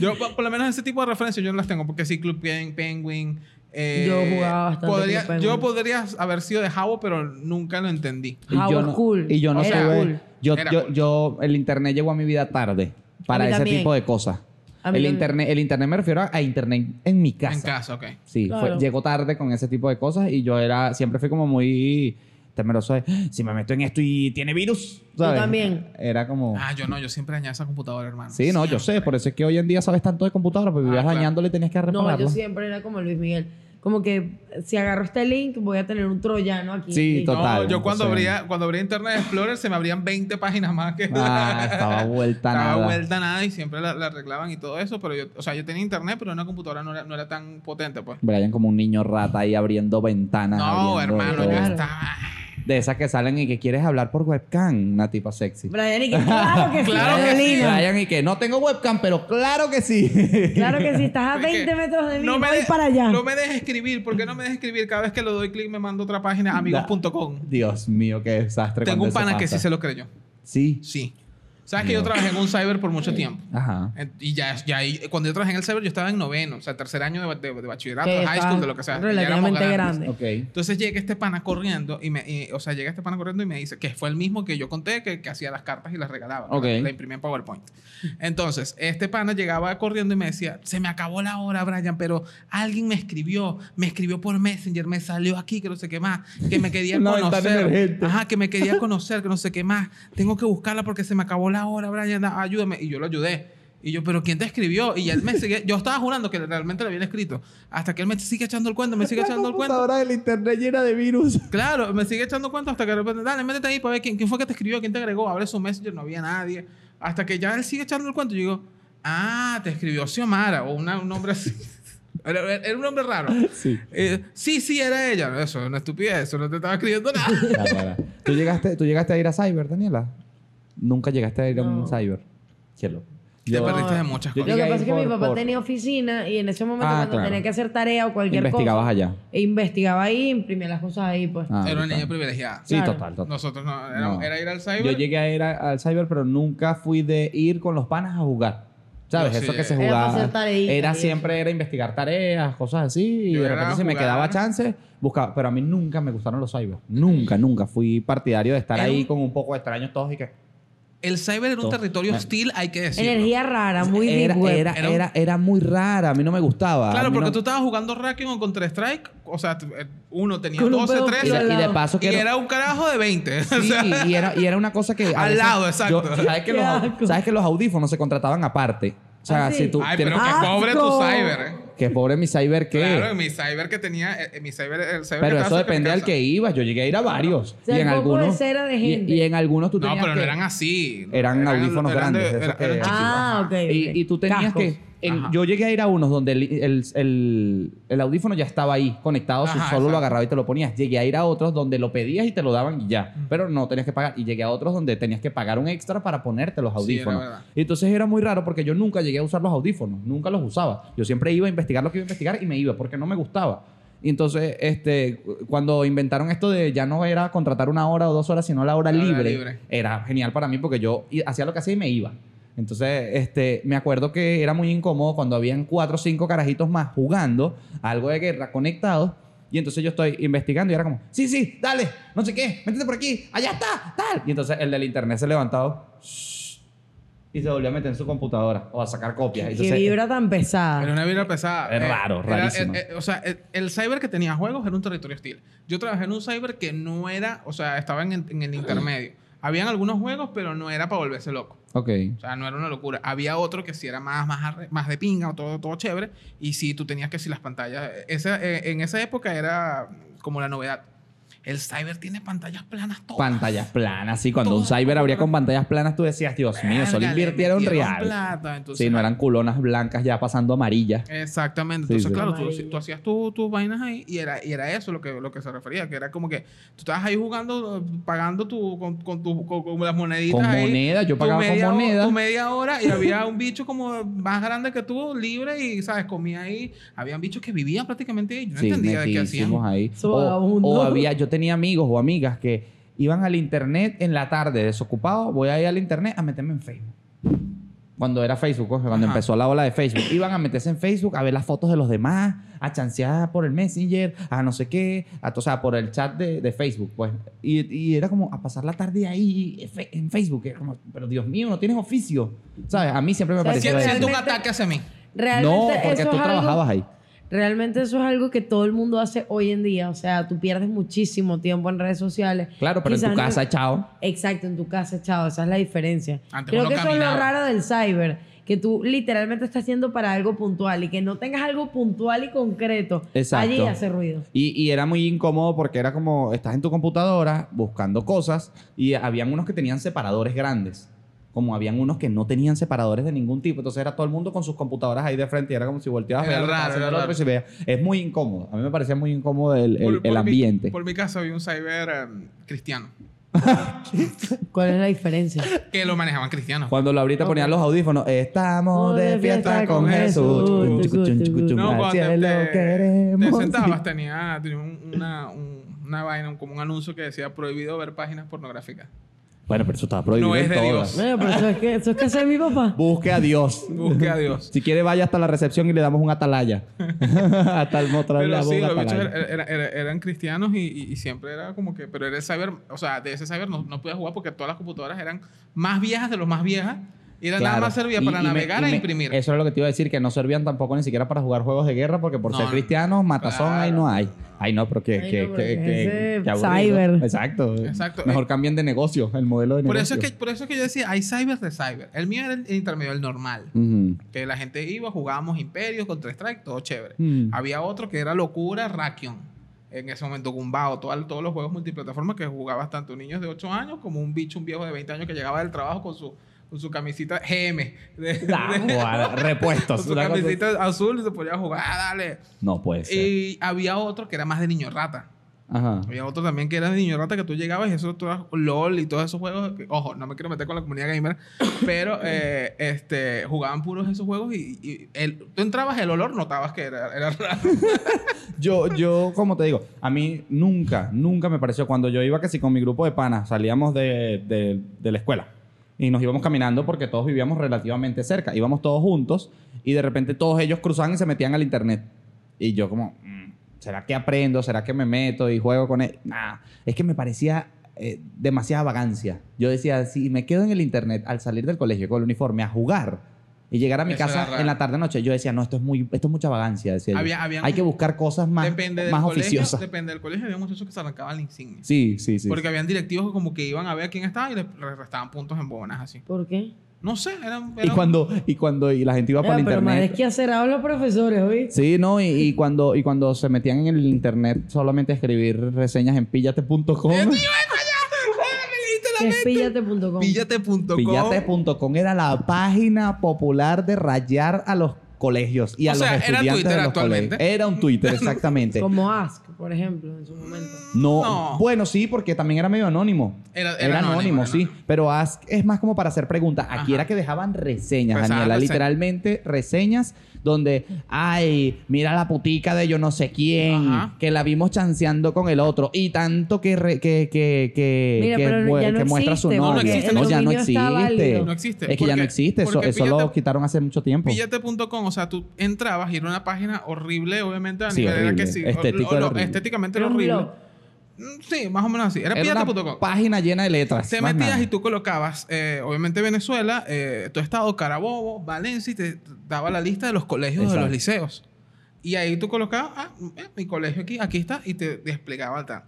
Speaker 5: Yo, por por lo menos ese tipo de referencias yo no las tengo, porque sí, Club Pen- Penguin. eh,
Speaker 2: Yo jugaba bastante
Speaker 5: podría-
Speaker 2: Club Penguin.
Speaker 5: Yo podría haber sido de Jabo, pero nunca lo entendí.
Speaker 4: *laughs* Y yo
Speaker 2: Howard
Speaker 4: no,
Speaker 2: cool.
Speaker 4: y yo no
Speaker 2: Era
Speaker 4: tuve-
Speaker 2: cool.
Speaker 4: Yo,
Speaker 5: Era
Speaker 4: yo,
Speaker 5: cool.
Speaker 4: yo- el internet llegó a mi vida tarde para
Speaker 2: A mí
Speaker 4: ese
Speaker 2: también.
Speaker 4: tipo de cosas.
Speaker 2: A mí
Speaker 4: El
Speaker 2: también.
Speaker 4: internet, el internet me refiero a, a internet en mi casa.
Speaker 5: En casa, ok.
Speaker 4: Sí,
Speaker 2: Claro.
Speaker 4: fue- llegó tarde con ese tipo de cosas y yo era, siempre fui como muy temeroso de, "Ah, si me meto en esto y tiene virus, ¿sabes?
Speaker 2: también.
Speaker 4: Era como...
Speaker 5: Ah, yo no, yo siempre dañaba esa computadora, hermano.
Speaker 4: sí, no, yo sé, por eso es que hoy en día sabes tanto de computadora, porque
Speaker 5: Ah,
Speaker 4: vivías
Speaker 5: claro.
Speaker 4: dañándole y tenías que
Speaker 2: No,
Speaker 4: repararlo.
Speaker 2: yo siempre era como Luis Miguel. Como que si agarro este link, voy a tener un troyano aquí.
Speaker 4: Sí,
Speaker 2: Y-
Speaker 5: No,
Speaker 4: total,
Speaker 5: yo cuando,
Speaker 4: entonces-
Speaker 5: abría, cuando abría Internet Explorer se me abrían 20 páginas más que...
Speaker 4: *laughs*
Speaker 5: *laughs*
Speaker 4: Ah, estaba vuelta
Speaker 5: Estaba
Speaker 4: nada.
Speaker 5: vuelta nada y siempre la, la arreglaban y todo eso, pero yo, o sea, yo tenía internet, pero una computadora no era, no era tan potente, pues.
Speaker 4: Brian como un niño rata ahí abriendo ventanas.
Speaker 5: No,
Speaker 4: abriendo
Speaker 5: hermano,
Speaker 4: todo.
Speaker 5: yo
Speaker 2: Claro.
Speaker 5: estaba.
Speaker 4: De esas que salen y que quieres hablar por webcam, una tipa sexy.
Speaker 2: Brian, y que claro que sí,
Speaker 5: Claro que sí.
Speaker 2: Carolina.
Speaker 4: Brian y que no tengo webcam, pero claro que sí.
Speaker 2: Claro que sí, estás a
Speaker 5: Porque
Speaker 2: 20 metros de mí,
Speaker 5: no me
Speaker 2: voy
Speaker 5: de-
Speaker 2: para allá.
Speaker 5: No me dejes escribir, ¿por qué no me dejes escribir? Cada vez que le doy clic me mando otra página, amigos.com.
Speaker 4: *laughs* Dios mío, qué desastre.
Speaker 5: Tengo
Speaker 4: cuando
Speaker 5: un
Speaker 4: eso
Speaker 5: pana que
Speaker 4: pasa.
Speaker 5: sí se lo creyó.
Speaker 4: Sí.
Speaker 5: Sí. Sabes que yo trabajé en un cyber por mucho tiempo.
Speaker 4: Ajá.
Speaker 5: Eh, Y ya, ya ahí- cuando yo trabajé en el cyber, yo estaba en noveno, o sea, tercer año de, de- de bachillerato,
Speaker 2: Que
Speaker 5: de high school,
Speaker 2: está
Speaker 5: de lo que sea. Ya éramos
Speaker 2: Relativamente
Speaker 5: grandes.
Speaker 2: grande.
Speaker 4: Ok.
Speaker 5: Entonces llega este pana corriendo y me, y- o sea, llega este pana corriendo y me dice que fue el mismo que yo conté que, que hacía las cartas y las regalaba. que
Speaker 4: Ok.
Speaker 5: La, la imprimía en PowerPoint. Entonces, este pana llegaba corriendo y me decía, se me acabó la hora, Brian, pero alguien me escribió, me escribió por Messenger, me salió aquí, que no sé qué más, que me quería
Speaker 4: *laughs* Una ventana
Speaker 5: conocer.
Speaker 4: emergente.
Speaker 5: Ajá, que me quería conocer, que no sé qué más. Tengo que buscarla porque se me acabó la hora, Brian, da- ayúdame. Y yo lo ayudé. Y yo, pero ¿quién te escribió? Y él me sigue, yo estaba jurando que realmente le habían escrito. Hasta que él me sigue echando el cuento,
Speaker 4: *laughs*
Speaker 5: me sigue echando el cuento.
Speaker 4: del internet llena de virus.
Speaker 5: Claro, me sigue echando cuentas hasta que de repente, dale, métete ahí para ver quién, quién fue que te escribió, quién te agregó, abre su messenger, no había nadie. Hasta que ya él sigue echando el cuento. Yo digo, ah, te escribió Xiomara o una- un hombre así. *laughs* Era, era- era un hombre raro.
Speaker 4: *laughs* Sí.
Speaker 5: Eh, sí, sí, era ella. Eso es una estupidez, eso no te estaba escribiendo nada.
Speaker 4: Ya, ya, ya. ¿Tú, llegaste, ¿Tú llegaste a ir a Cyber, Daniela? Nunca llegaste a ir a
Speaker 2: No.
Speaker 4: un Cyber. Cielo.
Speaker 5: Te perdiste de muchas
Speaker 4: yo-
Speaker 5: cosas.
Speaker 2: Lo que
Speaker 4: Llegué
Speaker 2: pasa es que
Speaker 4: por-
Speaker 2: mi papá
Speaker 4: por-
Speaker 2: tenía oficina y en ese momento
Speaker 4: Ah,
Speaker 2: cuando
Speaker 4: claro.
Speaker 2: tenía que hacer tarea o cualquier
Speaker 4: Investigabas
Speaker 2: cosa,
Speaker 4: allá.
Speaker 2: e investigaba ahí, imprimía las cosas ahí, pues.
Speaker 4: Ah,
Speaker 5: Era una niña
Speaker 4: total.
Speaker 5: privilegiada.
Speaker 4: Sí,
Speaker 2: Claro.
Speaker 4: total, total.
Speaker 5: Nosotros no, era,
Speaker 4: No.
Speaker 5: era ir al
Speaker 4: Yo
Speaker 5: cyber.
Speaker 4: llegué a ir a- al cyber, pero nunca fui de ir con los panas a jugar. ¿Sabes?
Speaker 5: Yo sí
Speaker 4: Eso que
Speaker 5: llegué.
Speaker 4: se
Speaker 2: Era para
Speaker 4: jugaba.
Speaker 2: hacer tareitas y
Speaker 4: Era
Speaker 2: eso.
Speaker 4: siempre era investigar tareas, cosas así. Y
Speaker 5: Yo
Speaker 4: de
Speaker 5: era
Speaker 4: repente si me
Speaker 5: jugar.
Speaker 4: quedaba chance, buscaba. Pero a mí nunca me gustaron los cyber. Nunca, nunca. Fui partidario de estar
Speaker 5: Era
Speaker 4: ahí
Speaker 5: un-
Speaker 4: con un poco de extraños todos y que...
Speaker 5: El cyber era un territorio hostil, hay que decirlo.
Speaker 2: Energía rara, muy deep
Speaker 4: era,
Speaker 2: web.
Speaker 4: era,
Speaker 5: Era
Speaker 4: era,
Speaker 5: un-
Speaker 4: era muy rara. A mí no me gustaba. A
Speaker 5: Claro,
Speaker 4: mí
Speaker 5: porque
Speaker 4: no-
Speaker 5: tú estabas jugando Racking o Counter Strike. O sea, t- eh, uno tenía
Speaker 2: Con un
Speaker 5: 12,
Speaker 2: pedo
Speaker 5: 13.
Speaker 4: Y de, y de
Speaker 2: lado.
Speaker 4: paso que...
Speaker 5: Y
Speaker 4: era-
Speaker 5: era un carajo de 20. *laughs* O
Speaker 4: Sí,
Speaker 5: sea,
Speaker 4: y era, y era una cosa que... a
Speaker 5: Al
Speaker 4: veces-
Speaker 5: lado, exacto.
Speaker 4: yo- *laughs* ¿sabes, que
Speaker 2: Qué
Speaker 4: los, au-
Speaker 2: asco.
Speaker 4: ¿Sabes que los audífonos se contrataban aparte? O sea,
Speaker 2: ¿Ah, sí?
Speaker 4: si tú...
Speaker 5: Ay,
Speaker 4: tienes-
Speaker 5: pero que
Speaker 2: ¡Asco!
Speaker 5: pobre tu cyber.
Speaker 4: que pobre mi cyber que...
Speaker 5: Claro, en mi cyber que tenía, eh, en mi cyber, el cyber
Speaker 4: Pero eso
Speaker 5: que estaba cerca de mi
Speaker 4: depende al
Speaker 5: casa.
Speaker 4: que ibas. Yo llegué a ir a varios.
Speaker 2: O sea,
Speaker 4: y en
Speaker 2: el poco de
Speaker 4: algunos.
Speaker 2: cera de
Speaker 4: y-
Speaker 2: gente.
Speaker 4: Y, en algunos tú
Speaker 5: No,
Speaker 4: tenías.
Speaker 5: pero no
Speaker 4: que-
Speaker 5: eran así.
Speaker 4: eran audífonos
Speaker 5: de-
Speaker 4: grandes, esos
Speaker 5: era-
Speaker 4: que-
Speaker 5: eran chiquitos.
Speaker 2: Ah, ok.
Speaker 4: Y, y tú tenías
Speaker 2: Cascos.
Speaker 4: que. en-
Speaker 5: Ajá.
Speaker 4: yo llegué a ir a unos donde el, el- el- el audífono ya estaba ahí conectado,
Speaker 5: Ajá,
Speaker 4: solo lo
Speaker 5: exacto.
Speaker 4: agarraba y te lo ponías. Llegué a ir a otros donde lo pedías y te lo daban y ya, pero no tenías que pagar. Y llegué a otros donde tenías que pagar un extra para ponerte los
Speaker 5: Sí, era
Speaker 4: audífonos.
Speaker 5: verdad.
Speaker 4: y entonces era muy raro porque yo nunca llegué a usar los audífonos, nunca los usaba. Yo siempre iba a investigar lo que iba a investigar y me iba porque no me gustaba. Y entonces, este, cuando inventaron esto de ya no era contratar una hora o dos horas, sino la hora
Speaker 5: La hora
Speaker 4: libre,
Speaker 5: libre.
Speaker 4: era genial para mí porque yo i- hacía lo que hacía y me iba. Entonces, este, me acuerdo que era muy incómodo cuando habían cuatro o cinco carajitos más jugando, algo de guerra, conectados. Y entonces yo estoy investigando y era como, sí, sí, dale, no sé qué, métete por aquí, allá está, tal. Y entonces el del internet se levantaba shh, y se volvió a meter en su computadora o a sacar copias.
Speaker 2: Qué
Speaker 4: Entonces,
Speaker 2: vibra tan
Speaker 5: Era
Speaker 2: pesada.
Speaker 5: una vibra pesada.
Speaker 4: Es raro,
Speaker 5: era-
Speaker 4: rarísimo.
Speaker 5: eh, eh, o sea, el, el cyber que tenía juegos era un territorio hostil. Yo trabajé en un cyber que no era, o sea, estaba en, el-
Speaker 4: *clears throat*
Speaker 5: en el intermedio. Habían algunos juegos, pero no era para volverse loco.
Speaker 4: Ok.
Speaker 5: O sea, no era una locura. Había otro que sí era más, más, arre- más de pinga, o todo, todo chévere. Y sí, tú tenías que si las pantallas. Esa, eh, en esa época era como la novedad. El cyber tiene pantallas planas todas.
Speaker 4: Pantallas planas, sí. Cuando un
Speaker 5: Todas
Speaker 4: cyber abría con pantallas planas, tú decías, Dios mío, solo
Speaker 5: Verga, le
Speaker 4: invirtieron
Speaker 5: metieron
Speaker 4: real.
Speaker 5: plata, entonces-
Speaker 4: Sí, no eran culonas blancas ya pasando amarillas.
Speaker 5: Exactamente.
Speaker 4: Sí,
Speaker 5: Entonces,
Speaker 4: sí.
Speaker 5: claro, tú,
Speaker 2: Amarillo.
Speaker 5: tú hacías tu- tus vainas ahí y era, y era eso lo que, lo que se refería, que era como que tú estabas ahí jugando, eh, pagando tu, con, con, tu- con- con las moneditas.
Speaker 4: Con
Speaker 5: ahí,
Speaker 4: moneda, yo
Speaker 5: tu
Speaker 4: pagaba con
Speaker 5: media ho-
Speaker 4: moneda.
Speaker 5: Tu media hora y había un bicho como más grande que tú, libre y, ¿sabes? Comía ahí. Habían bichos que vivían prácticamente ahí. Yo no
Speaker 4: sí,
Speaker 5: entendía de qué hacían.
Speaker 4: metísimos ahí.
Speaker 2: Esos
Speaker 4: O,
Speaker 2: vagabundos.
Speaker 4: o había, yo tenía amigos o amigas que iban al internet en la tarde desocupado, voy a ir al internet a meterme en Facebook. Cuando era Facebook, o sea, cuando
Speaker 5: Ajá.
Speaker 4: empezó la ola de Facebook, iban a meterse en Facebook a ver las fotos de los demás, a chancear por el Messenger, a no sé qué, a, o sea, por el chat de, de Facebook, pues. Y, y era como a pasar la tarde ahí en fe- en Facebook, que era como, pero Dios mío, no tienes oficio. ¿Sabes? A mí siempre me
Speaker 2: O sea,
Speaker 4: pareció.
Speaker 5: Siento-
Speaker 4: eso.
Speaker 5: Siento un
Speaker 2: Realmente-
Speaker 5: ataque hacia mí.
Speaker 2: Realmente
Speaker 4: No, porque
Speaker 2: eso
Speaker 4: tú
Speaker 2: es algo-
Speaker 4: trabajabas ahí.
Speaker 2: Realmente eso es algo que todo el mundo hace hoy en día. O sea, tú pierdes muchísimo tiempo en redes sociales.
Speaker 4: Claro, pero en
Speaker 2: Quizás
Speaker 4: tu
Speaker 2: no-
Speaker 4: casa, chao.
Speaker 2: Exacto, en tu casa, chao. Esa es la diferencia.
Speaker 5: Antes
Speaker 2: Creo
Speaker 5: uno
Speaker 2: que eso es lo
Speaker 5: caminaba.
Speaker 2: raro del cyber. Que tú literalmente estás haciendo para algo puntual y que no tengas algo puntual y concreto.
Speaker 4: Exacto.
Speaker 2: Allí hace ruido.
Speaker 4: Y, y era muy incómodo porque era como, estás en tu computadora buscando cosas y habían unos que tenían separadores grandes, como habían unos que no tenían separadores de ningún tipo, entonces era todo el mundo con sus computadoras ahí de frente y era como si volteabas a
Speaker 5: Era
Speaker 4: ver lo que
Speaker 5: raro,
Speaker 4: estaba haciendo
Speaker 5: era
Speaker 4: el otro y se veía. Es muy incómodo, a mí me parecía muy incómodo el, el-
Speaker 5: Por-
Speaker 4: el
Speaker 5: por mi-
Speaker 4: ambiente.
Speaker 5: por mi casa había un cyber em, cristiano,
Speaker 2: ¿Cuál es la diferencia?
Speaker 5: que lo manejaban cristianos.
Speaker 4: Cuando lo ahorita ponían los audífonos, estamos de fiesta con Jesús.
Speaker 2: Jesús.
Speaker 5: No,
Speaker 4: Al
Speaker 5: cuando te,
Speaker 4: cielo
Speaker 5: te- te
Speaker 4: queremos.
Speaker 5: sentabas, tenía, tenía un- una, un- una vaina, como un anuncio que decía prohibido ver páginas pornográficas.
Speaker 4: Bueno, pero eso estaba prohibido
Speaker 5: No es
Speaker 4: en
Speaker 5: de
Speaker 4: todas.
Speaker 5: Dios.
Speaker 2: Bueno, pero eso es, que, eso es casa de mi papá.
Speaker 4: Busque a Dios.
Speaker 5: Busque a Dios.
Speaker 4: Si quiere, vaya hasta la recepción y le damos un
Speaker 5: *laughs*
Speaker 4: atalaya. *laughs* hasta el mostrarle
Speaker 5: Pero
Speaker 4: la
Speaker 5: sí,
Speaker 4: boca
Speaker 5: los bichos er-,
Speaker 4: atalaya.
Speaker 5: era- era- era- eran cristianos y, y- y siempre era como que... Pero era el cyber... O sea, de ese cyber no, no podía jugar porque todas las computadoras eran más viejas de los más viejas. Y era nada
Speaker 4: Claro.
Speaker 5: más servía
Speaker 4: Y-
Speaker 5: para
Speaker 4: y me-
Speaker 5: navegar
Speaker 4: y
Speaker 5: e
Speaker 4: me-
Speaker 5: imprimir.
Speaker 4: Eso era lo que te iba a decir, que no servían tampoco ni siquiera para jugar juegos de guerra, porque por
Speaker 5: No,
Speaker 4: ser
Speaker 5: no.
Speaker 4: cristianos, matazón ahí no hay. Ay, no, pero que,
Speaker 2: Ay,
Speaker 4: que,
Speaker 2: no,
Speaker 4: que,
Speaker 2: porque
Speaker 4: que-
Speaker 2: ese
Speaker 4: que aburrido.
Speaker 2: cyber.
Speaker 4: Exacto.
Speaker 5: Exacto.
Speaker 4: Mejor cambien de negocio, el modelo de
Speaker 5: Por eso,
Speaker 4: negocio.
Speaker 5: es que, por eso es que yo decía, hay cyber de cyber. El mío era el intermedio, el normal. *laughs*
Speaker 4: Ujú.
Speaker 5: Que la gente iba, jugábamos Imperios, Counter-Strike, todo chévere.
Speaker 4: Mm.
Speaker 5: Había otro que era locura, Rakion. En ese momento, Gumbao, todo- todos los juegos multiplataforma que jugabas tanto niños de 8 años como un bicho, un viejo de 20 años que llegaba del trabajo con su, con su camisita GM. de-
Speaker 4: Ah,
Speaker 5: de-
Speaker 4: guarda,
Speaker 5: con
Speaker 4: repuestos.
Speaker 5: su
Speaker 4: una cosa-
Speaker 5: camisita azul y se podía jugar, ah, dale.
Speaker 4: No puede ser.
Speaker 5: Y había otro que era más de niño rata.
Speaker 4: Ajá.
Speaker 5: Había otro también que era de niño rata que tú llegabas y eso tú eras LOL y todos esos juegos. que- Ojo, no me quiero meter con la comunidad gamer,
Speaker 4: *coughs*
Speaker 5: pero eh, este, jugaban puros esos juegos y, y el- tú entrabas, el olor notabas que era, era raro.
Speaker 4: Yo, yo, como te digo, a mí nunca, nunca me pareció. Cuando yo iba que si con mi grupo de panas salíamos de, de- de la escuela y nos íbamos caminando porque todos vivíamos relativamente cerca, íbamos todos juntos y de repente todos ellos cruzaban y se metían al internet. Y yo, como, mm, ¿será que aprendo? ¿Será que me meto y juego con él? Nah, es que me parecía eh, demasiada vagancia. Yo decía, si me quedo en el internet al salir del colegio con el uniforme a jugar. Y llegar a mi
Speaker 5: Eso era
Speaker 4: casa
Speaker 5: raro.
Speaker 4: en la tarde noche, yo decía, no, esto es muy, esto es mucha vagancia. decía yo.
Speaker 5: Había- habían-
Speaker 4: Hay que buscar cosas *laughs* más,
Speaker 5: depende del
Speaker 4: más
Speaker 5: colegio,
Speaker 4: oficiosas.
Speaker 5: Depende del colegio, había muchachos que se arrancaban la insignia.
Speaker 4: Sí, sí, sí.
Speaker 5: Porque habían directivos que como que iban a ver quién estaba y le re- restaban puntos en bonas así.
Speaker 2: ¿Por qué?
Speaker 5: No sé, eran...
Speaker 4: y
Speaker 5: eran-
Speaker 4: cuando, y cuando y la gente iba para
Speaker 2: Ah,
Speaker 4: el
Speaker 2: pero más es
Speaker 4: internet.
Speaker 2: que hacer a los profesores, hoy.
Speaker 4: Sí, no, y, y cuando, y cuando se metían en el internet solamente a escribir reseñas en pillate.com. *laughs*
Speaker 2: Que es píllate.com.
Speaker 5: Píllate.com.
Speaker 4: Pillate.com era la página popular de rayar a los colegios y a
Speaker 5: O
Speaker 4: los
Speaker 5: sea, era
Speaker 4: estudiantes
Speaker 5: Twitter
Speaker 4: de los
Speaker 5: actualmente.
Speaker 4: colegios. Era un
Speaker 5: *laughs*
Speaker 4: Twitter, exactamente.
Speaker 2: Como Ask, por ejemplo, en su momento.
Speaker 4: No.
Speaker 5: No.
Speaker 4: Bueno, sí, porque también era medio anónimo.
Speaker 5: Era-
Speaker 4: Era,
Speaker 5: era
Speaker 4: anónimo,
Speaker 5: anónimo, era
Speaker 4: sí. Pero Ask es más como para hacer preguntas. Aquí
Speaker 5: Ajá.
Speaker 4: era que dejaban reseñas,
Speaker 5: Pues, ah,
Speaker 4: Daniela.
Speaker 5: reseñas.
Speaker 4: Literalmente reseñas donde, ay, mira la putica de yo no sé quién,
Speaker 5: Ajá.
Speaker 4: que la vimos chanceando con el otro. Y tanto que, re- que, que, que,
Speaker 2: Mira,
Speaker 4: que
Speaker 2: pero
Speaker 4: mue-
Speaker 2: ya no
Speaker 4: que muestra su
Speaker 2: existe,
Speaker 4: nombre.
Speaker 5: porque el
Speaker 4: ya no
Speaker 2: dominio está
Speaker 4: existe.
Speaker 2: válido.
Speaker 5: No existe,
Speaker 4: Es que ya no
Speaker 5: porque-
Speaker 4: existe. Eso,
Speaker 5: porque
Speaker 4: eso lo
Speaker 5: fíjate-
Speaker 4: quitaron hace mucho tiempo.
Speaker 5: Pillate.com, o sea, tú entrabas y era una página horrible, obviamente, a
Speaker 4: Sí,
Speaker 5: nivel era
Speaker 4: horrible.
Speaker 5: que sí.
Speaker 4: Estético
Speaker 5: o- o-
Speaker 4: era
Speaker 5: lo-
Speaker 4: horrible.
Speaker 5: Estéticamente
Speaker 2: Era
Speaker 5: era
Speaker 2: un
Speaker 5: horrible.
Speaker 2: blog. Ah,
Speaker 5: Mm, Sí, más o menos así. Era,
Speaker 4: Era
Speaker 5: Pillate.com.
Speaker 4: una página llena de letras.
Speaker 5: Te
Speaker 4: más
Speaker 5: metías
Speaker 4: nada.
Speaker 5: y tú colocabas, eh, obviamente Venezuela, eh, tu estado, Carabobo, Valencia, y te daba la lista de los colegios o de los
Speaker 4: Exacto.
Speaker 5: liceos. Y ahí tú colocabas, ah, eh, mi colegio aquí, aquí está, y te desplegaba tal.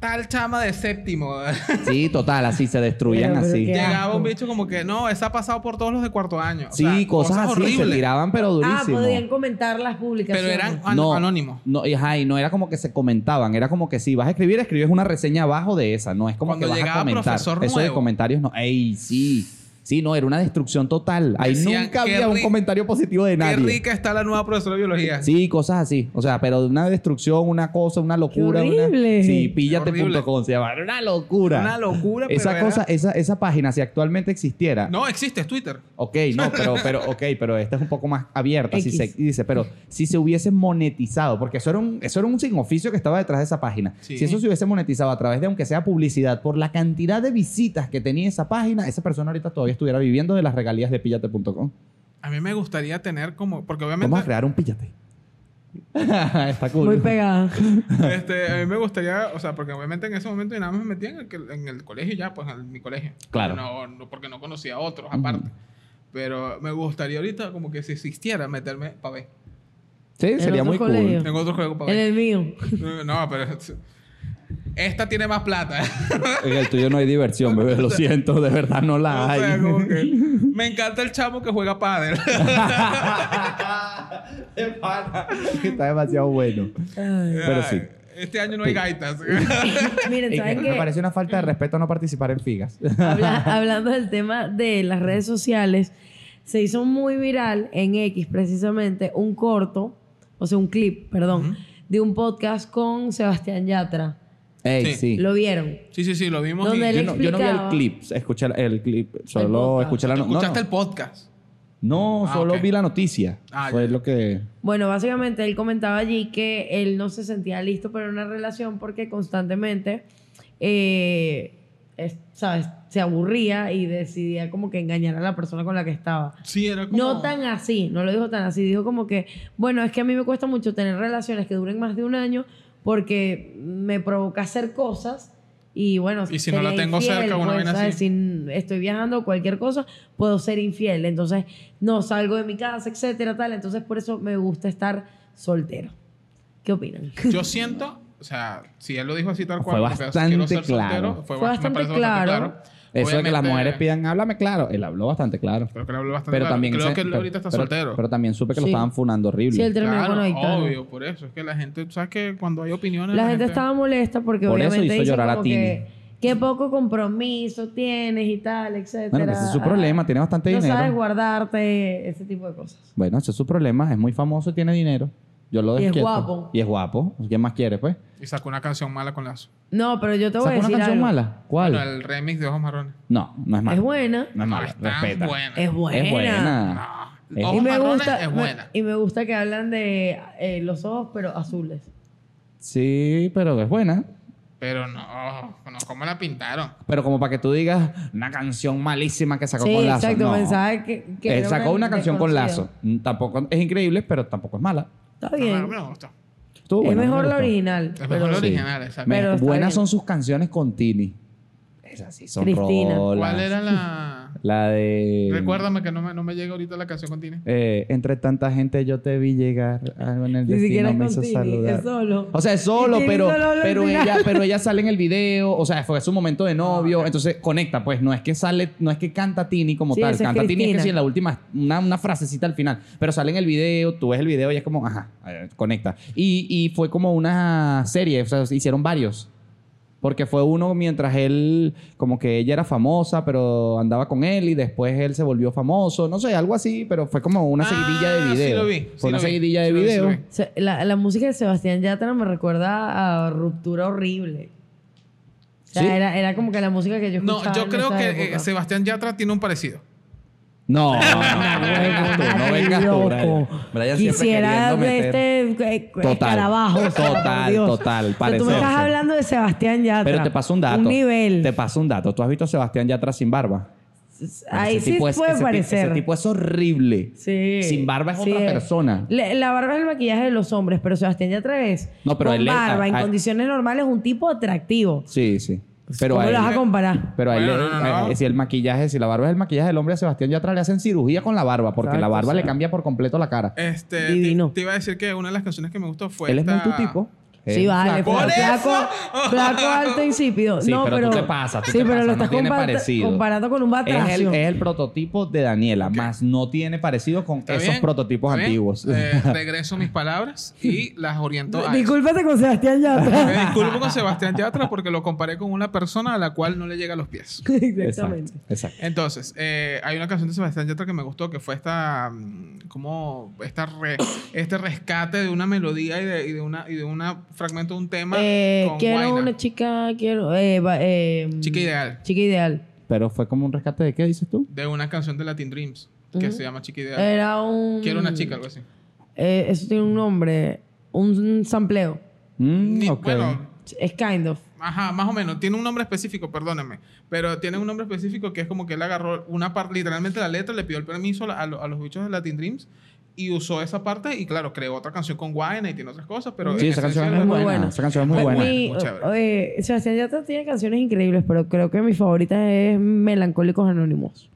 Speaker 5: Tal chama de séptimo. *laughs*
Speaker 4: Sí, total, así se destruían
Speaker 2: Pero, pero
Speaker 4: así.
Speaker 2: qué
Speaker 5: Llegaba
Speaker 2: asco.
Speaker 5: un bicho como que, no, esa ha pasado por todos los de cuarto año. O
Speaker 4: Sí,
Speaker 5: sea,
Speaker 4: cosas, así se tiraban, pero
Speaker 2: Ah,
Speaker 4: durísimo.
Speaker 2: podían comentar las publicaciones.
Speaker 5: Pero eran an-
Speaker 4: no,
Speaker 5: anónimos.
Speaker 4: No, ajá, y no era como que se comentaban, era como que si vas a escribir, escribes una reseña abajo de esa, no es como
Speaker 5: Cuando
Speaker 4: que vas
Speaker 5: llegaba
Speaker 4: a comentar.
Speaker 5: profesor
Speaker 4: Eso de
Speaker 5: nuevo.
Speaker 4: comentarios no, ey, sí. Sí, no, era una destrucción total. Ahí
Speaker 5: Decían,
Speaker 4: nunca
Speaker 5: "Qué
Speaker 4: había un
Speaker 5: ri-
Speaker 4: comentario positivo de
Speaker 5: Qué
Speaker 4: nadie.
Speaker 5: rica está la nueva profesora de biología.
Speaker 4: Sí, cosas así. O sea, pero de una destrucción, una cosa, una locura. una-
Speaker 2: horrible!
Speaker 4: Sí,
Speaker 5: horrible.
Speaker 4: píllate.com se llama. Era Una locura.
Speaker 5: Una locura, pero
Speaker 4: Esa
Speaker 5: era-
Speaker 4: cosa, esa, esa página, si actualmente existiera,
Speaker 5: No, existe, es Twitter.
Speaker 4: Ok, no, pero, pero, ok, pero esta es un poco más abierta, si
Speaker 2: X.
Speaker 4: se dice, pero si se hubiese monetizado, porque eso era un, eso era un sin oficio que estaba detrás de esa página.
Speaker 5: Sí.
Speaker 4: Si eso se hubiese monetizado a través de, aunque sea publicidad, por la cantidad de visitas que tenía esa página, esa persona ahorita todavía estuviera viviendo de las regalías de píllate.com.
Speaker 5: A mí me gustaría tener como, porque
Speaker 4: Vamos a
Speaker 5: obviamente,
Speaker 4: crear un píllate. *laughs* Está cool.
Speaker 5: *laughs*
Speaker 2: Muy pegada.
Speaker 5: este, a mí me gustaría, o sea, porque obviamente en ese momento yo nada más me metía en el, que- en el colegio ya, pues en mi colegio.
Speaker 4: Claro.
Speaker 5: No, no- porque no conocía a otros aparte. Pero me gustaría ahorita como que si existiera meterme para ver.
Speaker 4: Sí, sería
Speaker 2: otro
Speaker 4: muy
Speaker 2: colegio.
Speaker 4: cool.
Speaker 5: En otro juego para
Speaker 2: En
Speaker 4: Eh.
Speaker 5: ver.
Speaker 2: el mío.
Speaker 5: *laughs* No, pero... Esta tiene más plata. *laughs*
Speaker 4: En el tuyo no hay diversión, bebé, lo siento, de verdad no la
Speaker 5: O
Speaker 4: hay.
Speaker 5: sea,
Speaker 4: *laughs*
Speaker 5: como que me encanta el chamo que juega pádel.
Speaker 4: De pana. Está demasiado bueno.
Speaker 2: Ay.
Speaker 4: Pero sí.
Speaker 5: Este año no hay
Speaker 4: Sí.
Speaker 5: gaitas.
Speaker 2: Miren, ¿saben
Speaker 4: Me
Speaker 2: qué?
Speaker 4: parece una falta de respeto no participar en figas.
Speaker 2: Habla- hablando del tema de las redes sociales, se hizo muy viral en X precisamente un corto, o sea, un clip, perdón, de un podcast con Sebastián Yatra.
Speaker 4: *laughs* Ey,
Speaker 5: Sí.
Speaker 4: sí.
Speaker 2: ¿Lo vieron?
Speaker 5: Sí, sí, sí, lo vimos.
Speaker 2: ¿Dónde
Speaker 5: y-
Speaker 2: le-
Speaker 4: Yo, no, yo no vi el
Speaker 2: explicaba.
Speaker 4: clip, escuché el, el clip, solo
Speaker 2: podcast.
Speaker 4: escuché la
Speaker 5: ¿Tú
Speaker 4: no- no,
Speaker 5: escuchaste
Speaker 4: no.
Speaker 5: el podcast.
Speaker 4: No,
Speaker 5: Ah,
Speaker 4: solo
Speaker 5: ok.
Speaker 4: vi la noticia.
Speaker 5: Ah,
Speaker 4: Fue
Speaker 5: ya.
Speaker 4: lo que
Speaker 2: Bueno, básicamente él comentaba allí que él no se sentía listo para una relación porque constantemente, eh, es- ¿sabes? Se aburría y decidía como que engañar a la persona con la que estaba.
Speaker 5: Sí, era como...
Speaker 2: No tan así, no lo dijo tan así. Dijo como que, bueno, es que a mí me cuesta mucho tener relaciones que duren más de un año porque me provoca hacer cosas y bueno,
Speaker 5: Y si no
Speaker 2: sería
Speaker 5: la tengo cerca, una
Speaker 2: pues,
Speaker 5: vaina
Speaker 2: ¿sabes? Si
Speaker 5: así.
Speaker 2: n- estoy viajando o cualquier cosa, puedo ser infiel. Entonces, no salgo de mi casa, etcétera, tal. Entonces, por eso me gusta estar soltero. ¿Qué opinan?
Speaker 5: Yo siento, o sea, si él lo dijo así tal
Speaker 4: Fue
Speaker 5: cual, porque
Speaker 4: bastante
Speaker 5: quiero ser
Speaker 4: claro.
Speaker 5: soltero,
Speaker 2: Fue
Speaker 5: bast- me
Speaker 2: bastante
Speaker 5: parece
Speaker 2: claro.
Speaker 4: eso de que las
Speaker 5: Obviamente,
Speaker 4: mujeres pidan, háblame claro, él habló bastante claro.
Speaker 5: Creo que le habló bastante
Speaker 4: Pero
Speaker 5: claro.
Speaker 4: también
Speaker 5: Creo
Speaker 4: se-
Speaker 5: que él
Speaker 4: pero-
Speaker 5: ahorita está
Speaker 4: pero-
Speaker 5: soltero.
Speaker 4: Pero también supe que lo
Speaker 2: Sí.
Speaker 4: estaban funando horrible.
Speaker 2: Sí, él terminó
Speaker 5: claro,
Speaker 2: con adicto, ¿no?
Speaker 5: obvio, por eso. Es que la gente, tú sabes que cuando hay opiniones.
Speaker 2: La gente estaba molesta porque
Speaker 4: Por eso
Speaker 2: obviamente
Speaker 4: hizo
Speaker 2: dice
Speaker 4: llorar a
Speaker 2: como
Speaker 4: Tini.
Speaker 2: que qué poco compromiso tienes y tal, etcétera.
Speaker 4: bueno, pues ese es su problema, tiene bastante
Speaker 2: no
Speaker 4: dinero.
Speaker 2: sabes guardarte, ese tipo de cosas.
Speaker 4: Bueno, ese es su problema, es muy famoso y tiene dinero. Yo lo
Speaker 2: Y es
Speaker 4: desquieto.
Speaker 2: guapo.
Speaker 4: Y es guapo. ¿Qué más quiere, pues?
Speaker 5: Y sacó una canción mala con Lazo.
Speaker 2: No, pero yo te voy a
Speaker 4: ¿Sacó una
Speaker 2: decir
Speaker 4: canción
Speaker 2: algo.
Speaker 4: mala? ¿Cuál?
Speaker 5: Bueno, el remix de Ojos Marrones. Ah,
Speaker 4: No, no es mala.
Speaker 2: Es buena.
Speaker 4: No es mala,
Speaker 5: es tan
Speaker 4: respeta.
Speaker 5: buena.
Speaker 2: Es buena.
Speaker 4: Es buena.
Speaker 5: No.
Speaker 4: Es-
Speaker 5: Ojos
Speaker 2: Y me
Speaker 5: Marrones
Speaker 2: gusta
Speaker 5: es
Speaker 2: me-
Speaker 5: buena.
Speaker 2: y me gusta que hablan de eh, los ojos pero azules.
Speaker 4: Sí, pero es buena.
Speaker 5: Pero no, no, ¿cómo la pintaron?
Speaker 4: Pero como para que tú digas una canción malísima que sacó
Speaker 2: sí,
Speaker 4: con Lazo.
Speaker 2: exacto,
Speaker 4: no.
Speaker 2: pensaba que, que
Speaker 4: Eh,
Speaker 2: era
Speaker 4: sacó una canción con
Speaker 2: desconocida.
Speaker 4: Lazo. Mm, Tampoco es increíble, pero tampoco es mala.
Speaker 2: Está
Speaker 5: No,
Speaker 2: bien.
Speaker 5: no, me gustó.
Speaker 4: Estuvo
Speaker 2: es
Speaker 4: buena, me
Speaker 2: mejor la
Speaker 4: gustó.
Speaker 2: original.
Speaker 5: Ah, Es mejor
Speaker 2: pero-
Speaker 5: la
Speaker 4: sí.
Speaker 5: original, exacto.
Speaker 4: Me-
Speaker 2: Pero está
Speaker 4: buenas
Speaker 2: bien.
Speaker 4: son sus canciones con Tini. Esas sí son
Speaker 2: Cristina.
Speaker 4: rolas.
Speaker 5: ¿Cuál era la...?
Speaker 4: *laughs* La de...
Speaker 5: Recuérdame que no me, no me llega ahorita la canción con Tini.
Speaker 4: eh, entre tanta gente yo te vi llegar. Algo en el
Speaker 2: Ni
Speaker 4: destino
Speaker 2: siquiera es
Speaker 4: me
Speaker 2: con
Speaker 4: hizo
Speaker 2: Tini,
Speaker 4: saludar.
Speaker 2: es solo.
Speaker 4: O sea, es solo,
Speaker 2: Y Tini
Speaker 4: pero,
Speaker 2: solo habla al
Speaker 4: pero,
Speaker 2: final.
Speaker 4: ella, pero
Speaker 2: *laughs*
Speaker 4: ella sale en el video, o sea, fue su momento de novio, entonces conecta, pues no es que sale, no es que canta Tini como
Speaker 2: Ah, Sí,
Speaker 4: tal,
Speaker 2: esa es
Speaker 4: canta Tini es
Speaker 2: Cristina.
Speaker 4: que sí, en la última, una, una frasecita al final, pero sale en el video, tú ves el video y es como, ajá, eh, conecta. Y, y fue como una serie, o sea, hicieron varios. Porque fue uno mientras él, como que ella era famosa, pero andaba con él y después él se volvió famoso, no sé, algo así, pero fue como una
Speaker 5: Ah,
Speaker 4: seguidilla de
Speaker 5: sí
Speaker 4: video.
Speaker 5: lo vi,
Speaker 4: Fue
Speaker 5: sí
Speaker 4: una
Speaker 5: lo vi,
Speaker 4: seguidilla de
Speaker 5: sí lo vi, sí
Speaker 4: video.
Speaker 5: lo vi.
Speaker 2: Se- La, la música de Sebastián Yatra me recuerda a Ruptura Horrible. O sea,
Speaker 4: ¿Sí?
Speaker 2: era, era como que la música que yo
Speaker 5: No,
Speaker 2: escuchaba.
Speaker 5: yo
Speaker 2: en
Speaker 5: creo
Speaker 2: esa
Speaker 5: que eh,
Speaker 2: época.
Speaker 5: Sebastián Yatra tiene un parecido.
Speaker 2: *laughs*
Speaker 4: No, no,
Speaker 2: Ah,
Speaker 4: no, no vengas tú, Ah, este, no vengas tú,
Speaker 2: Loco.
Speaker 4: Brian. Brian siempre
Speaker 2: Quisiera
Speaker 4: queriendo meter-
Speaker 2: este eh, escarabajo.
Speaker 4: Total,
Speaker 2: o sea, por
Speaker 4: total,
Speaker 2: Dios.
Speaker 4: total,
Speaker 2: O sea, tú me
Speaker 4: parecerse.
Speaker 2: estás hablando de Sebastián Yatra.
Speaker 4: Pero te paso un dato.
Speaker 2: Un nivel.
Speaker 4: Te paso un dato. ¿Tú has visto a Sebastián Yatra sin barba?
Speaker 2: Ahí
Speaker 4: Ese
Speaker 2: sí
Speaker 4: tipo es-
Speaker 2: puede
Speaker 4: ese ti-
Speaker 2: parecer.
Speaker 4: ese tipo es horrible.
Speaker 2: Sí.
Speaker 4: Sin barba es
Speaker 2: Sí
Speaker 4: otra persona.
Speaker 2: Le- la barba es el maquillaje de los hombres, pero Sebastián Yatra es
Speaker 4: No, pero
Speaker 2: con
Speaker 4: él es-
Speaker 2: barba,
Speaker 4: a-
Speaker 2: en
Speaker 4: a-
Speaker 2: condiciones normales, un tipo atractivo.
Speaker 4: Sí, sí. Pero
Speaker 2: Pues, ¿Cómo
Speaker 4: a
Speaker 2: lo
Speaker 4: él-
Speaker 2: vas a comparar?
Speaker 4: Pero a él
Speaker 5: Bueno,
Speaker 4: le-
Speaker 5: no, no, no.
Speaker 4: eh, si el maquillaje, si la barba es el maquillaje del hombre, a Sebastián Yatra le hacen cirugía con la barba, porque
Speaker 2: Exacto,
Speaker 4: la barba
Speaker 2: o sea.
Speaker 4: le cambia por completo la cara.
Speaker 5: Este, te-
Speaker 2: Divino.
Speaker 5: Te, iba a decir que una de las canciones que me gustó fue
Speaker 4: él es muy
Speaker 5: esta-
Speaker 4: tu tipo.
Speaker 2: Sí,
Speaker 4: Él-
Speaker 2: vale.
Speaker 5: flaco.
Speaker 2: pero
Speaker 5: ¡Por
Speaker 2: Flaco,
Speaker 5: eso!
Speaker 2: flaco, alto, e insípido.
Speaker 4: Sí,
Speaker 2: no,
Speaker 4: pero
Speaker 2: pero,
Speaker 4: tú te pasas, tú
Speaker 2: sí,
Speaker 4: te
Speaker 2: pero
Speaker 4: pasas,
Speaker 2: lo
Speaker 4: no
Speaker 2: estás
Speaker 4: tiene
Speaker 2: comparta-
Speaker 4: parecido.
Speaker 2: comparando con un
Speaker 4: Es el,
Speaker 2: batracio.
Speaker 4: es el prototipo de Daniela, más no tiene parecido con
Speaker 5: ¿Está
Speaker 4: esos
Speaker 5: bien?
Speaker 4: prototipos
Speaker 5: ¿Está
Speaker 4: *laughs*
Speaker 5: bien?
Speaker 4: antiguos.
Speaker 5: Eh, regreso mis palabras
Speaker 4: *laughs*
Speaker 5: y las oriento a eso.
Speaker 2: Discúlpate con Sebastián
Speaker 5: Me
Speaker 2: Yatra.
Speaker 5: disculpo con Sebastián Yatra porque lo comparé con una persona a la cual no le llega a los pies.
Speaker 2: *laughs* Exactamente.
Speaker 4: Exacto, exacto.
Speaker 5: Entonces, eh, hay una canción de Sebastián Yatra que me gustó, que fue esta, mm, como, esta re- este rescate de una melodía y de, y de una, y de una fragmento de un tema
Speaker 2: Eh,
Speaker 5: con
Speaker 2: quiero
Speaker 5: Guayna.
Speaker 2: una chica, quiero. eh, va- eh,
Speaker 5: Chica ideal.
Speaker 2: Chica ideal.
Speaker 4: Pero fue como un rescate de qué dices tú?
Speaker 5: de una canción de Latin Dreams que se llama Chica Ideal.
Speaker 2: Era un.
Speaker 5: quiero una chica, algo así.
Speaker 2: Eh, eso tiene un nombre. Un sampleo.
Speaker 4: Mm,
Speaker 5: Ni-
Speaker 4: ok.
Speaker 5: Bueno,
Speaker 2: Es kind of.
Speaker 5: ajá, más o menos. Tiene un nombre específico, perdónenme. Pero tiene un nombre específico que es como que él agarró una parte, literalmente la letra, le pidió el permiso a, lo- a los bichos de Latin Dreams y usó esa parte. Y claro, creó otra canción con Guayna y tiene otras cosas, pero.
Speaker 4: Sí,
Speaker 5: en
Speaker 4: esa
Speaker 5: esencia
Speaker 4: canción
Speaker 5: lo-
Speaker 4: es muy
Speaker 2: muy
Speaker 4: buena.
Speaker 2: buena.
Speaker 4: Esa canción es muy
Speaker 2: Pues
Speaker 4: buena.
Speaker 2: mi-
Speaker 5: muy chévere.
Speaker 2: eh, Sebastián Yatra tiene canciones increíbles, pero creo que mi favorita es Melancólicos Anónimos.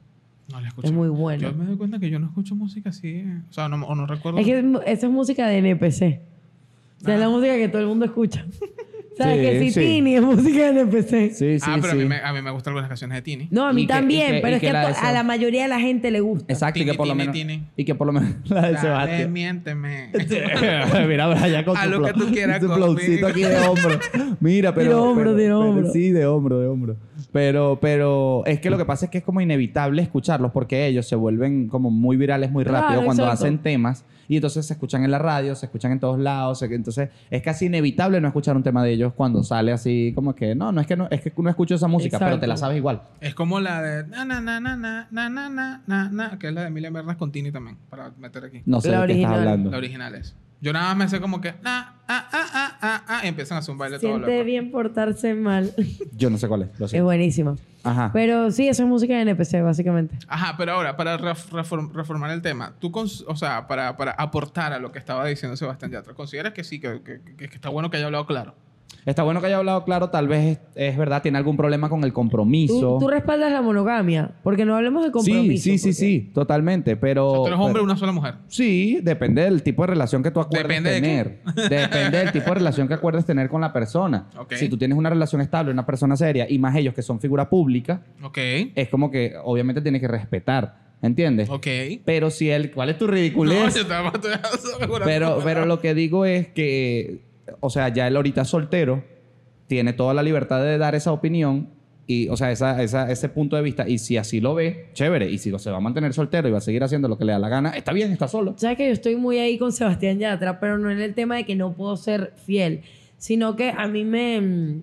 Speaker 5: No la escuché.
Speaker 2: Es muy buena.
Speaker 5: Yo me doy cuenta que yo no escucho música así. eh. O sea, no, o no recuerdo.
Speaker 2: Es que es mu- esa es música de NPC. O
Speaker 5: Ah.
Speaker 2: sea, es la música que todo el mundo escucha. *laughs* ¿Sabes?
Speaker 4: Sí,
Speaker 2: que
Speaker 4: sí.
Speaker 2: si Tini es música de NPC.
Speaker 4: Sí, sí,
Speaker 5: ah, pero
Speaker 4: sí.
Speaker 5: A, mí me, a mí me gustan algunas canciones de Tini.
Speaker 2: No, a
Speaker 4: Y
Speaker 2: mí
Speaker 4: que-
Speaker 2: también,
Speaker 4: y que- y
Speaker 2: pero es
Speaker 4: que
Speaker 2: que, a,
Speaker 4: la de
Speaker 2: to-
Speaker 4: Seb-
Speaker 2: a la mayoría de la gente le gusta.
Speaker 4: Exacto, y que
Speaker 5: Tini,
Speaker 4: por lo
Speaker 5: tini,
Speaker 4: menos.
Speaker 5: tini.
Speaker 4: Y que por lo menos *laughs* la de
Speaker 5: Dale,
Speaker 4: Sebastián.
Speaker 2: *laughs*
Speaker 5: miénteme.
Speaker 4: *laughs* Mira, Brian con
Speaker 5: A
Speaker 4: su
Speaker 5: lo que
Speaker 4: flow-
Speaker 5: tú quieras
Speaker 4: su flowcito
Speaker 5: conmigo.
Speaker 4: aquí de hombro. Mira, pero.
Speaker 2: De hombro,
Speaker 4: pero-
Speaker 2: de
Speaker 4: pero
Speaker 2: hombro.
Speaker 4: sí, de hombro, de hombro. Pero, pero es que lo que pasa es que es como inevitable escucharlos porque ellos se vuelven como muy virales muy rápido
Speaker 2: Claro,
Speaker 4: cuando
Speaker 2: exacto.
Speaker 4: hacen temas y entonces se escuchan en la radio, se escuchan en todos lados. se- Entonces es casi inevitable no escuchar un tema de ellos
Speaker 2: Mm.
Speaker 4: cuando sale así como que no, no es que no, es que no escucho esa música, pero te la
Speaker 2: Exacto.
Speaker 4: sabes igual.
Speaker 5: Es como la de na na na na na na na na na na, que es la de Emilia Mernas con Tini también, para meter aquí.
Speaker 4: No sé
Speaker 2: La
Speaker 4: de qué estás
Speaker 2: original.
Speaker 4: hablando.
Speaker 5: La original es. Yo nada más me sé como que na ah ah ah ah ah y empiezan a hacer un baile todo
Speaker 2: Siente
Speaker 5: loco.
Speaker 2: bien portarse mal.
Speaker 4: Yo no sé cuál es. Lo sé.
Speaker 2: *laughs* Es buenísima.
Speaker 4: Ajá.
Speaker 2: Pero sí, eso es música de NPC, básicamente.
Speaker 5: Ajá, pero ahora, para ref- reform- reformar el tema, tú, cons- o sea, para, para aportar a lo que estaba diciendo Sebastián Yatra, ¿consideras que sí, que, que- que- que está bueno que haya hablado claro?
Speaker 4: Está bueno que haya hablado claro, tal vez es, es verdad, tiene algún problema con el compromiso.
Speaker 2: Tú, tú respaldas la monogamia, porque no hablemos de
Speaker 4: sí,
Speaker 2: compromiso.
Speaker 4: sí, sí,
Speaker 2: porque-
Speaker 4: sí, totalmente, pero...
Speaker 5: O sea, tú eres hombre,
Speaker 4: pero-
Speaker 5: una sola mujer.
Speaker 4: Sí, depende del tipo de relación que tú acuerdes
Speaker 5: Depende de
Speaker 4: tener. *laughs* depende del tipo de relación que acuerdes tener con la persona.
Speaker 5: Ok.
Speaker 4: Si tú tienes una relación estable, una persona seria, y más ellos que son figura pública,
Speaker 5: Ok,
Speaker 4: es como que obviamente tienes que respetar, ¿entiendes?
Speaker 5: ok.
Speaker 4: Pero si él... ¿Cuál es tu ridiculez?
Speaker 5: No, yo estaba- estoy *laughs* asegurando.
Speaker 4: Pero,
Speaker 2: *laughs*
Speaker 4: pero lo que digo es que, o sea, ya él ahorita es soltero, tiene toda la libertad de dar esa opinión y, o sea, esa, esa- ese punto de vista. Y si así lo ve, chévere. Y si se va a mantener soltero y va a seguir haciendo lo que le da la gana, está bien, está solo.
Speaker 2: Sabes que yo estoy muy ahí con Sebastián Yatra, pero no en el tema de que no puedo ser fiel, sino que a mí me...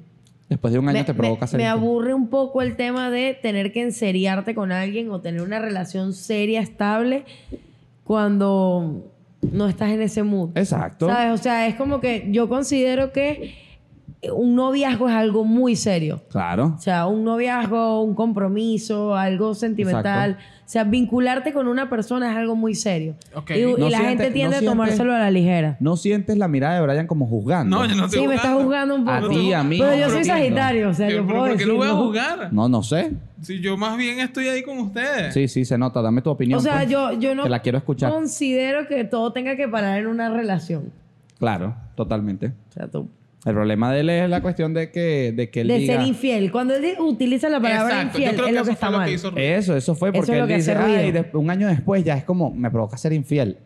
Speaker 4: Después de un año
Speaker 2: me,
Speaker 4: te provoca
Speaker 2: me-
Speaker 4: ser
Speaker 2: me
Speaker 4: infiel.
Speaker 2: aburre un poco el tema de tener que enseriarte con alguien o tener una relación seria, estable, cuando no estás en ese mood.
Speaker 4: Exacto.
Speaker 2: ¿Sabes? O sea, es como que yo considero que un noviazgo es algo muy serio.
Speaker 4: Claro.
Speaker 2: O sea, un noviazgo, un compromiso, algo sentimental. O sea, vincularte con una persona es algo muy serio.
Speaker 5: Ok.
Speaker 2: Y, y
Speaker 4: No
Speaker 2: la
Speaker 4: siente-
Speaker 2: gente tiende
Speaker 4: no
Speaker 2: a tomárselo a la ligera.
Speaker 4: No sientes la mirada de Brian como juzgando.
Speaker 5: No, yo no estoy
Speaker 2: Sí, me estás jugando un poco.
Speaker 4: A ti, a mí.
Speaker 2: Pero yo
Speaker 4: No,
Speaker 2: soy
Speaker 4: pero-
Speaker 2: Sagitario, o sea, yo
Speaker 5: Pero,
Speaker 2: puedo
Speaker 5: ¿Por qué
Speaker 2: decir
Speaker 5: no voy a
Speaker 2: no.
Speaker 5: jugar?
Speaker 4: No, no sé.
Speaker 5: Si yo más bien estoy ahí con ustedes.
Speaker 4: Sí, sí, se nota. Dame tu opinión.
Speaker 2: O sea,
Speaker 4: pues.
Speaker 2: yo, yo no
Speaker 4: Que la quiero escuchar.
Speaker 2: considero que todo tenga que parar en una relación.
Speaker 4: Claro, totalmente.
Speaker 2: O sea, tú-
Speaker 4: El problema de él es la cuestión de que, de que él
Speaker 2: de
Speaker 4: diga...
Speaker 2: ser infiel. Cuando él di- utiliza la palabra
Speaker 5: Exacto.
Speaker 2: infiel,
Speaker 5: yo creo
Speaker 2: es
Speaker 5: que
Speaker 2: lo que
Speaker 5: eso
Speaker 2: está
Speaker 5: fue lo
Speaker 2: mal.
Speaker 5: que hizo Rubén.
Speaker 4: Eso, eso fue
Speaker 2: Eso
Speaker 4: porque
Speaker 2: es lo
Speaker 4: él
Speaker 2: que hace
Speaker 4: dice,
Speaker 2: ruido.
Speaker 4: "Ay, de- un año después ya es como, me provoca ser infiel.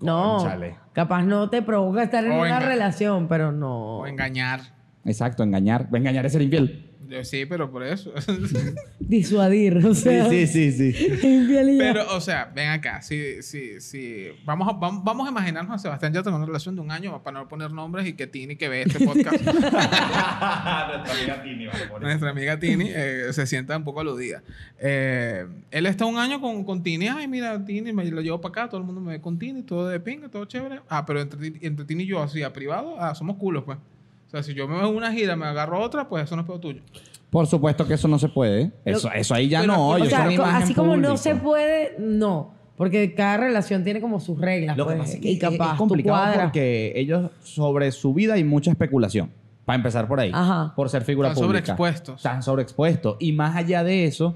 Speaker 2: no,
Speaker 4: Cónchale.
Speaker 2: capaz no te provoca estar en
Speaker 5: O
Speaker 2: una
Speaker 5: enga-
Speaker 2: relación, pero no.
Speaker 5: O engañar.
Speaker 4: Exacto, engañar. Engañar es ser infiel.
Speaker 5: Yo Sí, pero por eso. *laughs*
Speaker 2: Disuadir, o sea.
Speaker 4: sí, sí.
Speaker 2: infidelidad.
Speaker 5: pero, o sea, ven acá. Si, si, si, vamos, a, vam- vamos a imaginarnos a Sebastián ya teniendo una relación de un año para no poner nombres y que Tini que ve este podcast. Nuestra amiga Tini eh, se sienta un poco aludida. Eh, él está un año con, con Tini. Ay, mira, Tini, me lo llevo para acá. Todo el mundo me ve con Tini, todo de pinga, todo chévere. Ah, pero entre, entre Tini y yo, así a privado, ah, somos culos, pues. O sea, si yo me veo una gira, me agarro otra, pues eso no es pedo tuyo.
Speaker 4: Por supuesto que eso no se puede. ¿eh? Eso, eso ahí ya
Speaker 5: Pero-
Speaker 4: no.
Speaker 5: o
Speaker 4: Oye,
Speaker 2: o
Speaker 4: eso es
Speaker 2: sea,
Speaker 4: una
Speaker 2: co-
Speaker 4: imagen
Speaker 2: así como no
Speaker 4: pública.
Speaker 2: se puede, no. Porque cada relación tiene como sus reglas.
Speaker 4: Lo que
Speaker 2: pues,
Speaker 4: pasa es que
Speaker 2: y capaz
Speaker 4: es
Speaker 2: tú
Speaker 4: complicado
Speaker 2: cuadras.
Speaker 4: porque ellos sobre su vida hay mucha especulación. Para empezar por ahí.
Speaker 2: Ajá.
Speaker 4: Por ser figura
Speaker 5: Están
Speaker 4: pública.
Speaker 5: sobreexpuestos.
Speaker 4: Están sobreexpuestos. Y más allá de eso,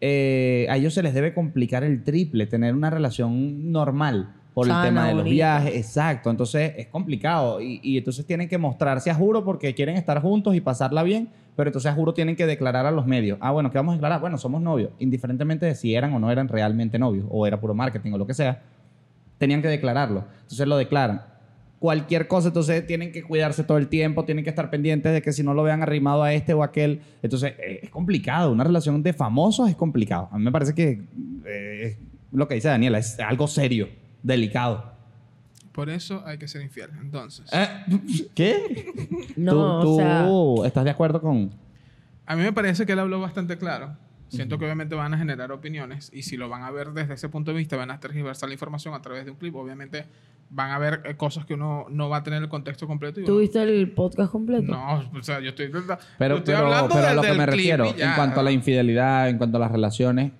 Speaker 4: eh, a ellos se les debe complicar el triple tener una relación normal por
Speaker 2: Sana,
Speaker 4: el tema de los
Speaker 2: bonita.
Speaker 4: viajes. Exacto. Entonces es complicado. Y, y entonces tienen que mostrarse a juro porque quieren estar juntos y pasarla bien. Pero entonces a juro tienen que declarar a los medios. Ah, bueno, ¿qué vamos a declarar? Bueno, somos novios. Indiferentemente de si eran o no eran realmente novios o era puro marketing o lo que sea tenían que declararlo. Entonces lo declaran. Cualquier cosa, entonces tienen que cuidarse todo el tiempo, tienen que estar pendientes de que si no lo vean arrimado a este o a aquel. Entonces eh, es complicado, una relación de famosos es complicado. A mí me parece que eh, es lo que dice Daniela es algo serio, delicado.
Speaker 5: Por eso hay que ser infiel. Entonces,
Speaker 4: Eh,
Speaker 5: Eh,
Speaker 4: *laughs* ¿Qué?
Speaker 2: No,
Speaker 4: ¿Tú,
Speaker 2: o sea.
Speaker 4: tú estás de acuerdo con...?
Speaker 5: a mí me parece que él habló bastante claro. Siento que obviamente van a generar opiniones y si lo van a ver desde ese punto de vista, van a tergiversar la información a través de un clip. Obviamente van a ver eh, cosas que uno no va a tener el contexto completo. Y uno-
Speaker 2: ¿Tú viste el podcast completo?
Speaker 5: No, o sea, yo estoy, yo
Speaker 4: Pero,
Speaker 5: estoy
Speaker 4: pero,
Speaker 5: hablando
Speaker 4: pero a
Speaker 5: del-
Speaker 4: lo que
Speaker 5: del
Speaker 4: me
Speaker 5: clip y
Speaker 4: refiero,
Speaker 5: ya.
Speaker 4: en cuanto a la infidelidad, en cuanto a las relaciones,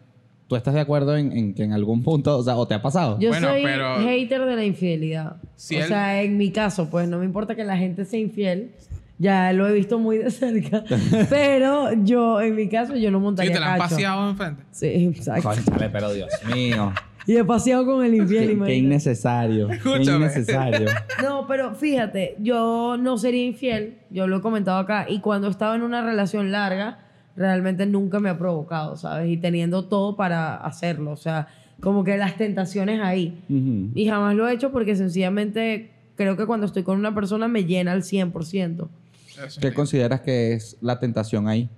Speaker 4: ¿tú estás de acuerdo en, en que en algún punto, o sea, o te ha pasado?
Speaker 2: Yo
Speaker 5: Bueno,
Speaker 2: soy
Speaker 5: pero-
Speaker 2: hater de la infidelidad.
Speaker 5: Si
Speaker 2: o
Speaker 5: él-
Speaker 2: sea, en mi caso, pues no me importa que la gente sea infiel. Ya lo he visto muy de cerca. *laughs* pero yo, en mi caso, yo no
Speaker 5: Sí,
Speaker 2: montaría
Speaker 5: te la han
Speaker 2: cacho.
Speaker 5: paseado enfrente.
Speaker 2: Sí, exacto.
Speaker 4: Cónchale, pero Dios mío.
Speaker 2: Y he paseado con el
Speaker 4: Qué,
Speaker 2: infiel.
Speaker 4: qué
Speaker 2: imagínate.
Speaker 4: innecesario. qué
Speaker 5: Escúchame. *laughs*
Speaker 4: innecesario.
Speaker 2: No, pero fíjate, yo no sería infiel, yo lo he comentado acá, y cuando estaba en una relación larga, realmente nunca me ha provocado, ¿sabes? Y teniendo todo para hacerlo, o sea, como que las tentaciones ahí.
Speaker 4: Ujú.
Speaker 2: Y jamás lo he hecho porque sencillamente creo que cuando estoy con una persona me llena al 100%.
Speaker 5: Eso
Speaker 4: ¿Qué
Speaker 5: sí.
Speaker 4: consideras que es la tentación ahí?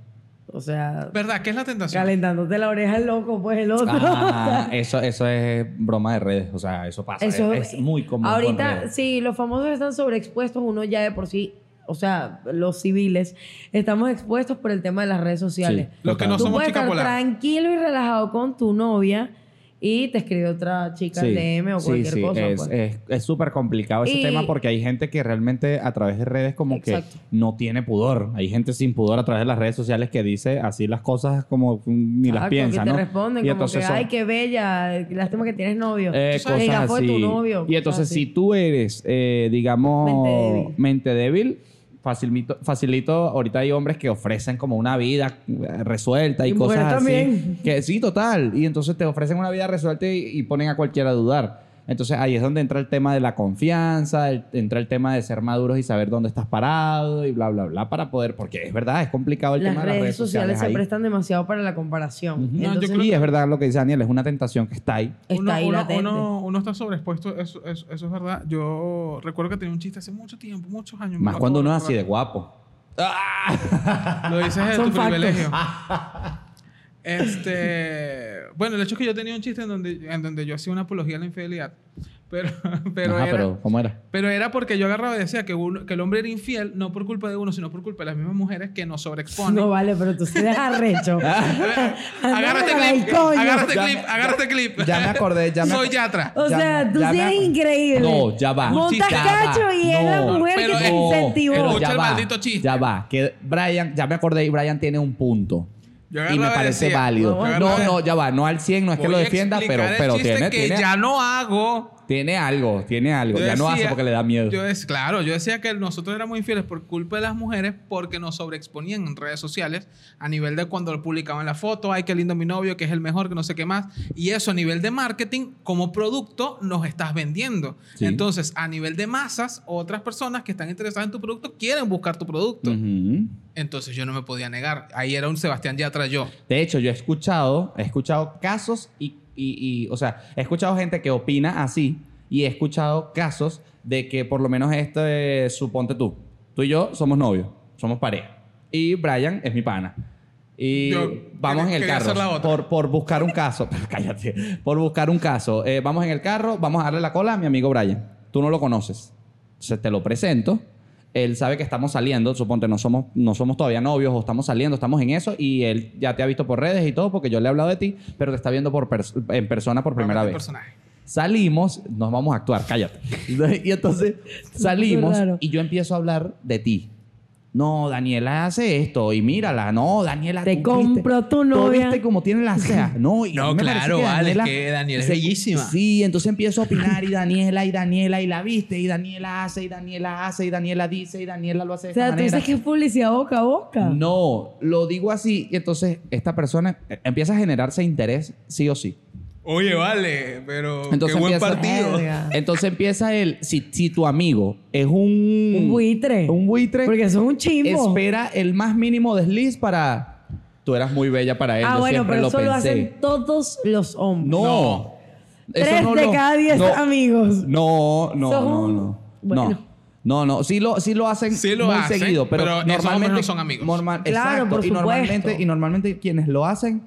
Speaker 2: O sea,
Speaker 5: ¿Verdad? ¿Qué es la tentación?
Speaker 2: calentándote la oreja el loco, pues el otro. *laughs*
Speaker 4: Ah, eso, eso es broma de redes. O sea, eso pasa.
Speaker 2: Eso
Speaker 4: es, es muy común. con
Speaker 2: Ahorita,
Speaker 4: redes.
Speaker 2: sí, los famosos están sobreexpuestos, uno ya de por sí, o sea, los civiles, estamos expuestos por el tema de las redes sociales.
Speaker 4: Sí.
Speaker 5: Los que
Speaker 4: Total.
Speaker 5: no
Speaker 2: Tú
Speaker 5: somos
Speaker 2: puedes
Speaker 5: chicas
Speaker 2: estar
Speaker 5: polares.
Speaker 2: tranquilo y relajado con tu novia y te escribe otra chica al DM o
Speaker 4: Sí,
Speaker 2: cualquier
Speaker 4: sí,
Speaker 2: cosa.
Speaker 4: Es
Speaker 2: pues.
Speaker 4: es- es súper complicado ese
Speaker 2: Y-
Speaker 4: tema porque hay gente que realmente a través de redes como
Speaker 2: Exacto.
Speaker 4: que no tiene pudor. Hay gente sin pudor a través de las redes sociales que dice así las cosas como ni
Speaker 2: Exacto,
Speaker 4: las piensa,
Speaker 2: que
Speaker 4: ¿no?
Speaker 2: te responden
Speaker 4: Y
Speaker 2: como que,
Speaker 4: entonces son-
Speaker 2: ay, qué bella, lástima que tienes novio.
Speaker 4: Eh,
Speaker 2: El
Speaker 4: cosas
Speaker 2: gafo de tu
Speaker 4: así.
Speaker 2: novio.
Speaker 4: Y
Speaker 2: cosas
Speaker 4: entonces,
Speaker 2: así.
Speaker 4: si tú eres, eh, digamos,
Speaker 2: Mente débil.
Speaker 4: mente débil, facilito, facilito, ahorita hay hombres que ofrecen como una vida eh, resuelta y,
Speaker 2: Y mujeres
Speaker 4: cosas así.
Speaker 2: también.
Speaker 4: Que sí, total. Y entonces te ofrecen una vida resuelta y, y ponen a cualquiera a dudar. Entonces ahí es donde entra el tema de la confianza, el- entra el tema de ser maduros y saber dónde estás parado y bla, bla, bla, para poder, porque es verdad, es complicado el
Speaker 2: las
Speaker 4: tema de
Speaker 2: redes,
Speaker 4: las redes
Speaker 2: sociales,
Speaker 4: sociales.
Speaker 2: se
Speaker 4: ahí.
Speaker 2: prestan demasiado para la comparación.
Speaker 4: Ujú.
Speaker 5: yo
Speaker 2: Entonces,
Speaker 5: creo
Speaker 4: y es verdad lo que dice Daniel, es una tentación que está ahí.
Speaker 2: está
Speaker 5: uno,
Speaker 2: ahí
Speaker 5: uno,
Speaker 2: latente.
Speaker 5: uno- uno está sobreexpuesto, eso, eso, eso es verdad. Yo recuerdo que tenía un chiste hace mucho tiempo, muchos años. me Ah,
Speaker 4: Más
Speaker 5: lo
Speaker 4: cuando
Speaker 5: acabo
Speaker 4: uno es así de
Speaker 5: recordar.
Speaker 4: guapo.
Speaker 5: Lo dices de
Speaker 2: Ah, Son
Speaker 5: tu
Speaker 2: factos.
Speaker 5: privilegio. *laughs* Este, bueno, el hecho es que yo tenía un chiste en donde, en donde yo hacía una apología a la infidelidad, *laughs* pero, pero,
Speaker 4: Ajá,
Speaker 5: era,
Speaker 4: pero ¿cómo era?
Speaker 5: Pero era porque yo agarraba y decía que, uno- que el hombre era infiel, no por culpa de uno, sino por culpa de las mismas mujeres que nos sobreexponen.
Speaker 2: No vale, pero tú sí eres arrecho.
Speaker 5: *laughs* Ah, agárrate
Speaker 2: Ándale,
Speaker 5: clip,
Speaker 2: el coño.
Speaker 5: agárrate
Speaker 4: Ya-
Speaker 5: clip, agárrate clip.
Speaker 4: Ya me acordé, ya me
Speaker 5: Soy
Speaker 4: acordé.
Speaker 5: Yatra.
Speaker 2: O
Speaker 4: Ya-
Speaker 2: sea, tú
Speaker 4: ya
Speaker 2: sí
Speaker 4: me-
Speaker 2: eres increíble.
Speaker 4: No, ya va.
Speaker 2: Montas
Speaker 4: Ya
Speaker 2: cacho
Speaker 4: va.
Speaker 2: y es la
Speaker 4: No,
Speaker 2: mujer
Speaker 5: pero
Speaker 2: que te
Speaker 5: es-
Speaker 2: incentivó.
Speaker 5: Escucha
Speaker 4: pero
Speaker 5: el maldito chiste.
Speaker 4: Ya va, que Brian, ya me acordé y Brian tiene un punto.
Speaker 5: Yo
Speaker 4: Y me
Speaker 5: agarraba
Speaker 4: parece
Speaker 5: decía,
Speaker 4: válido.
Speaker 5: yo
Speaker 4: No,
Speaker 5: agarraba-
Speaker 4: no, ya va, no al 100, no es que
Speaker 5: Voy
Speaker 4: lo
Speaker 5: a
Speaker 4: defienda, pero,
Speaker 5: explicar el
Speaker 4: pero
Speaker 5: chiste
Speaker 4: tiene,
Speaker 5: que
Speaker 4: tiene,
Speaker 5: ya no hago.
Speaker 4: tiene algo, tiene algo.
Speaker 5: Yo
Speaker 4: ya no hace
Speaker 5: decía-
Speaker 4: porque le da miedo.
Speaker 5: Yo es claro, yo decía que nosotros éramos infieles por culpa de las mujeres porque nos sobreexponían en redes sociales a nivel de cuando publicaban la foto, ay, qué lindo mi novio, que es el mejor, que no sé qué más. Y eso a nivel de marketing, como producto, nos estás vendiendo.
Speaker 4: Sí.
Speaker 5: Entonces, a nivel de masas, otras personas que están interesadas en tu producto quieren buscar tu producto.
Speaker 4: Ujú.
Speaker 5: Entonces, yo no me podía negar. Ahí era un Sebastián Yatra yo.
Speaker 4: De hecho, yo he escuchado, he escuchado casos y, y- y, o sea, he escuchado gente que opina así y he escuchado casos de que por lo menos este, suponte tú, tú y yo somos novios. somos pareja. Y Brian es mi pana. Y
Speaker 5: Yo
Speaker 4: vamos en
Speaker 5: quería-
Speaker 4: el
Speaker 5: quería hacer la
Speaker 4: carro.
Speaker 5: otra.
Speaker 4: Por, por buscar un caso. *laughs* Cállate. Por buscar un caso. Eh, vamos en el carro, vamos a darle la cola a mi amigo Brian. Tú no lo conoces. Entonces te lo presento. Él sabe que estamos saliendo, suponte, no somos, no somos todavía novios o estamos saliendo, estamos en eso y él ya te ha visto por redes y todo porque yo le he hablado de ti, pero te está viendo por pers- Ah, en persona por primera
Speaker 5: Realmente
Speaker 4: vez.
Speaker 5: personaje.
Speaker 4: Salimos, nos vamos a actuar, cállate. *laughs* Y entonces
Speaker 2: Qué
Speaker 4: salimos
Speaker 2: raro.
Speaker 4: y yo empiezo a hablar de ti. No, Daniela hace esto y mírala. No, Daniela.
Speaker 2: Te
Speaker 4: tú viste-
Speaker 2: compro tu
Speaker 4: tú
Speaker 2: novia.
Speaker 4: viste cómo tiene la
Speaker 2: *laughs*
Speaker 4: ceja. No, y
Speaker 3: No,
Speaker 4: a mí me parece
Speaker 3: claro, vale, es que Daniela es bellísima.
Speaker 4: Sí, entonces empiezo a opinar y Daniela y Daniela y la viste y Daniela hace y Daniela hace y Daniela dice y Daniela lo hace.
Speaker 2: O
Speaker 4: De
Speaker 2: sea,
Speaker 4: esta
Speaker 2: tú dices
Speaker 4: manera.
Speaker 2: que es publicidad boca a boca.
Speaker 4: No, lo digo así y entonces esta persona eh, empieza a generarse interés sí o sí.
Speaker 5: Oye, vale, pero
Speaker 4: Entonces
Speaker 5: qué buen
Speaker 4: empieza- Eh,
Speaker 5: partido.
Speaker 2: Verga.
Speaker 4: Entonces empieza el, si, si tu amigo es un,
Speaker 2: Un buitre.
Speaker 4: un buitre,
Speaker 2: Porque eso es un chimbo.
Speaker 4: espera el más mínimo desliz para... Tú eras muy bella para él,
Speaker 2: Ah,
Speaker 4: yo
Speaker 2: bueno,
Speaker 4: siempre
Speaker 2: pero
Speaker 4: lo
Speaker 2: eso
Speaker 4: pensé.
Speaker 2: lo hacen todos los hombres.
Speaker 4: No.
Speaker 5: No.
Speaker 4: Eso
Speaker 2: Tres
Speaker 4: no
Speaker 2: de
Speaker 4: lo-
Speaker 2: cada diez
Speaker 4: no,
Speaker 2: amigos.
Speaker 4: No, no,
Speaker 2: Son
Speaker 4: no,
Speaker 2: un-
Speaker 4: no.
Speaker 2: Bueno.
Speaker 4: No. No, no, sí lo, sí lo hacen
Speaker 5: Sí lo
Speaker 4: muy
Speaker 5: hacen,
Speaker 4: seguido, pero,
Speaker 5: pero esos hombres
Speaker 4: normalmente
Speaker 5: no son amigos.
Speaker 4: normal-
Speaker 2: Claro,
Speaker 4: exacto,
Speaker 2: por
Speaker 4: y normalmente,
Speaker 2: supuesto.
Speaker 4: y normalmente quienes lo hacen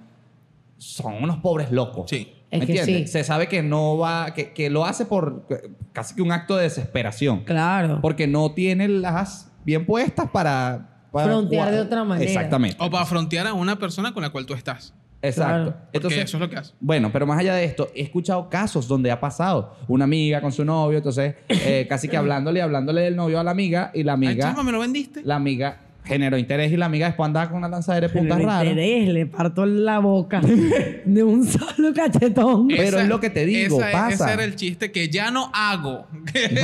Speaker 4: son unos pobres locos.
Speaker 5: Sí.
Speaker 2: Es
Speaker 4: ¿Me
Speaker 2: que
Speaker 4: entiendes?
Speaker 2: sí.
Speaker 4: Se sabe que no va, que, que lo hace por eh, casi que un acto de desesperación.
Speaker 2: Claro.
Speaker 4: *laughs* Porque no tiene las bien puestas para, para
Speaker 2: Frontear de otra manera.
Speaker 4: Exactamente.
Speaker 5: O para frontear a una persona con la cual tú estás.
Speaker 4: Exacto.
Speaker 2: Claro.
Speaker 5: Porque
Speaker 4: Entonces,
Speaker 5: eso es lo que hace.
Speaker 4: bueno, pero más allá de esto, he escuchado casos donde ha pasado una amiga con su novio, entonces eh, casi que hablándole, hablándole del novio a la amiga y la
Speaker 5: Ay,
Speaker 4: amiga,
Speaker 5: chama, ¿me lo vendiste?
Speaker 4: la amiga generó interés y la amiga después andaba con una lanzadera de puntas
Speaker 2: le
Speaker 4: raras.
Speaker 2: interés, le parto la
Speaker 4: *laughs*
Speaker 2: boca de un solo cachetón.
Speaker 4: Eh, pero es lo que te digo,
Speaker 5: esa-
Speaker 4: pasa.
Speaker 5: Ese era el chiste que ya no hago.
Speaker 4: *laughs*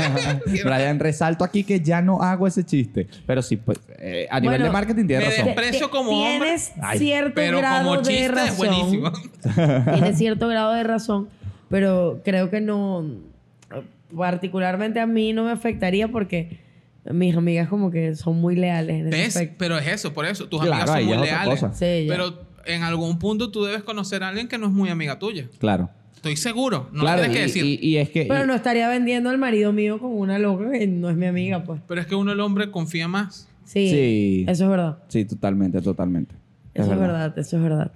Speaker 4: Brian, resalto aquí que ya no hago ese chiste, pero sí, pues, eh, a nivel
Speaker 2: Bueno,
Speaker 4: de marketing tiene
Speaker 5: me
Speaker 4: razón.
Speaker 5: despre- preso como
Speaker 2: Tienes
Speaker 5: hombre.
Speaker 4: Ay,
Speaker 2: cierto
Speaker 5: pero
Speaker 2: grado
Speaker 5: como
Speaker 2: de
Speaker 5: chiste
Speaker 2: razón.
Speaker 5: es buenísimo.
Speaker 2: Tiene cierto grado de razón, pero creo que no. Particularmente a mí no me afectaría porque mis amigas, como que son muy leales en ese
Speaker 5: ¿Ves?
Speaker 2: aspecto.
Speaker 5: Pero es eso, por eso. Tus
Speaker 4: Claro,
Speaker 5: amigas son
Speaker 4: ahí
Speaker 5: muy
Speaker 4: es otra
Speaker 5: leales.
Speaker 4: cosa.
Speaker 2: Sí, ya.
Speaker 5: Pero en algún punto tú debes conocer a alguien que no es muy amiga tuya.
Speaker 4: Claro.
Speaker 5: Estoy seguro. No
Speaker 4: claro,
Speaker 5: lo tienes
Speaker 4: y,
Speaker 5: que decir.
Speaker 4: y- y es que...
Speaker 2: Pero
Speaker 4: y-
Speaker 2: no estaría vendiendo al marido mío como una loca que no es mi amiga, pues.
Speaker 5: Pero es que uno el hombre confía más.
Speaker 2: Sí.
Speaker 4: Sí.
Speaker 2: Eso es verdad.
Speaker 4: Sí, totalmente, totalmente.
Speaker 2: Eso es, verdad. eso es verdad.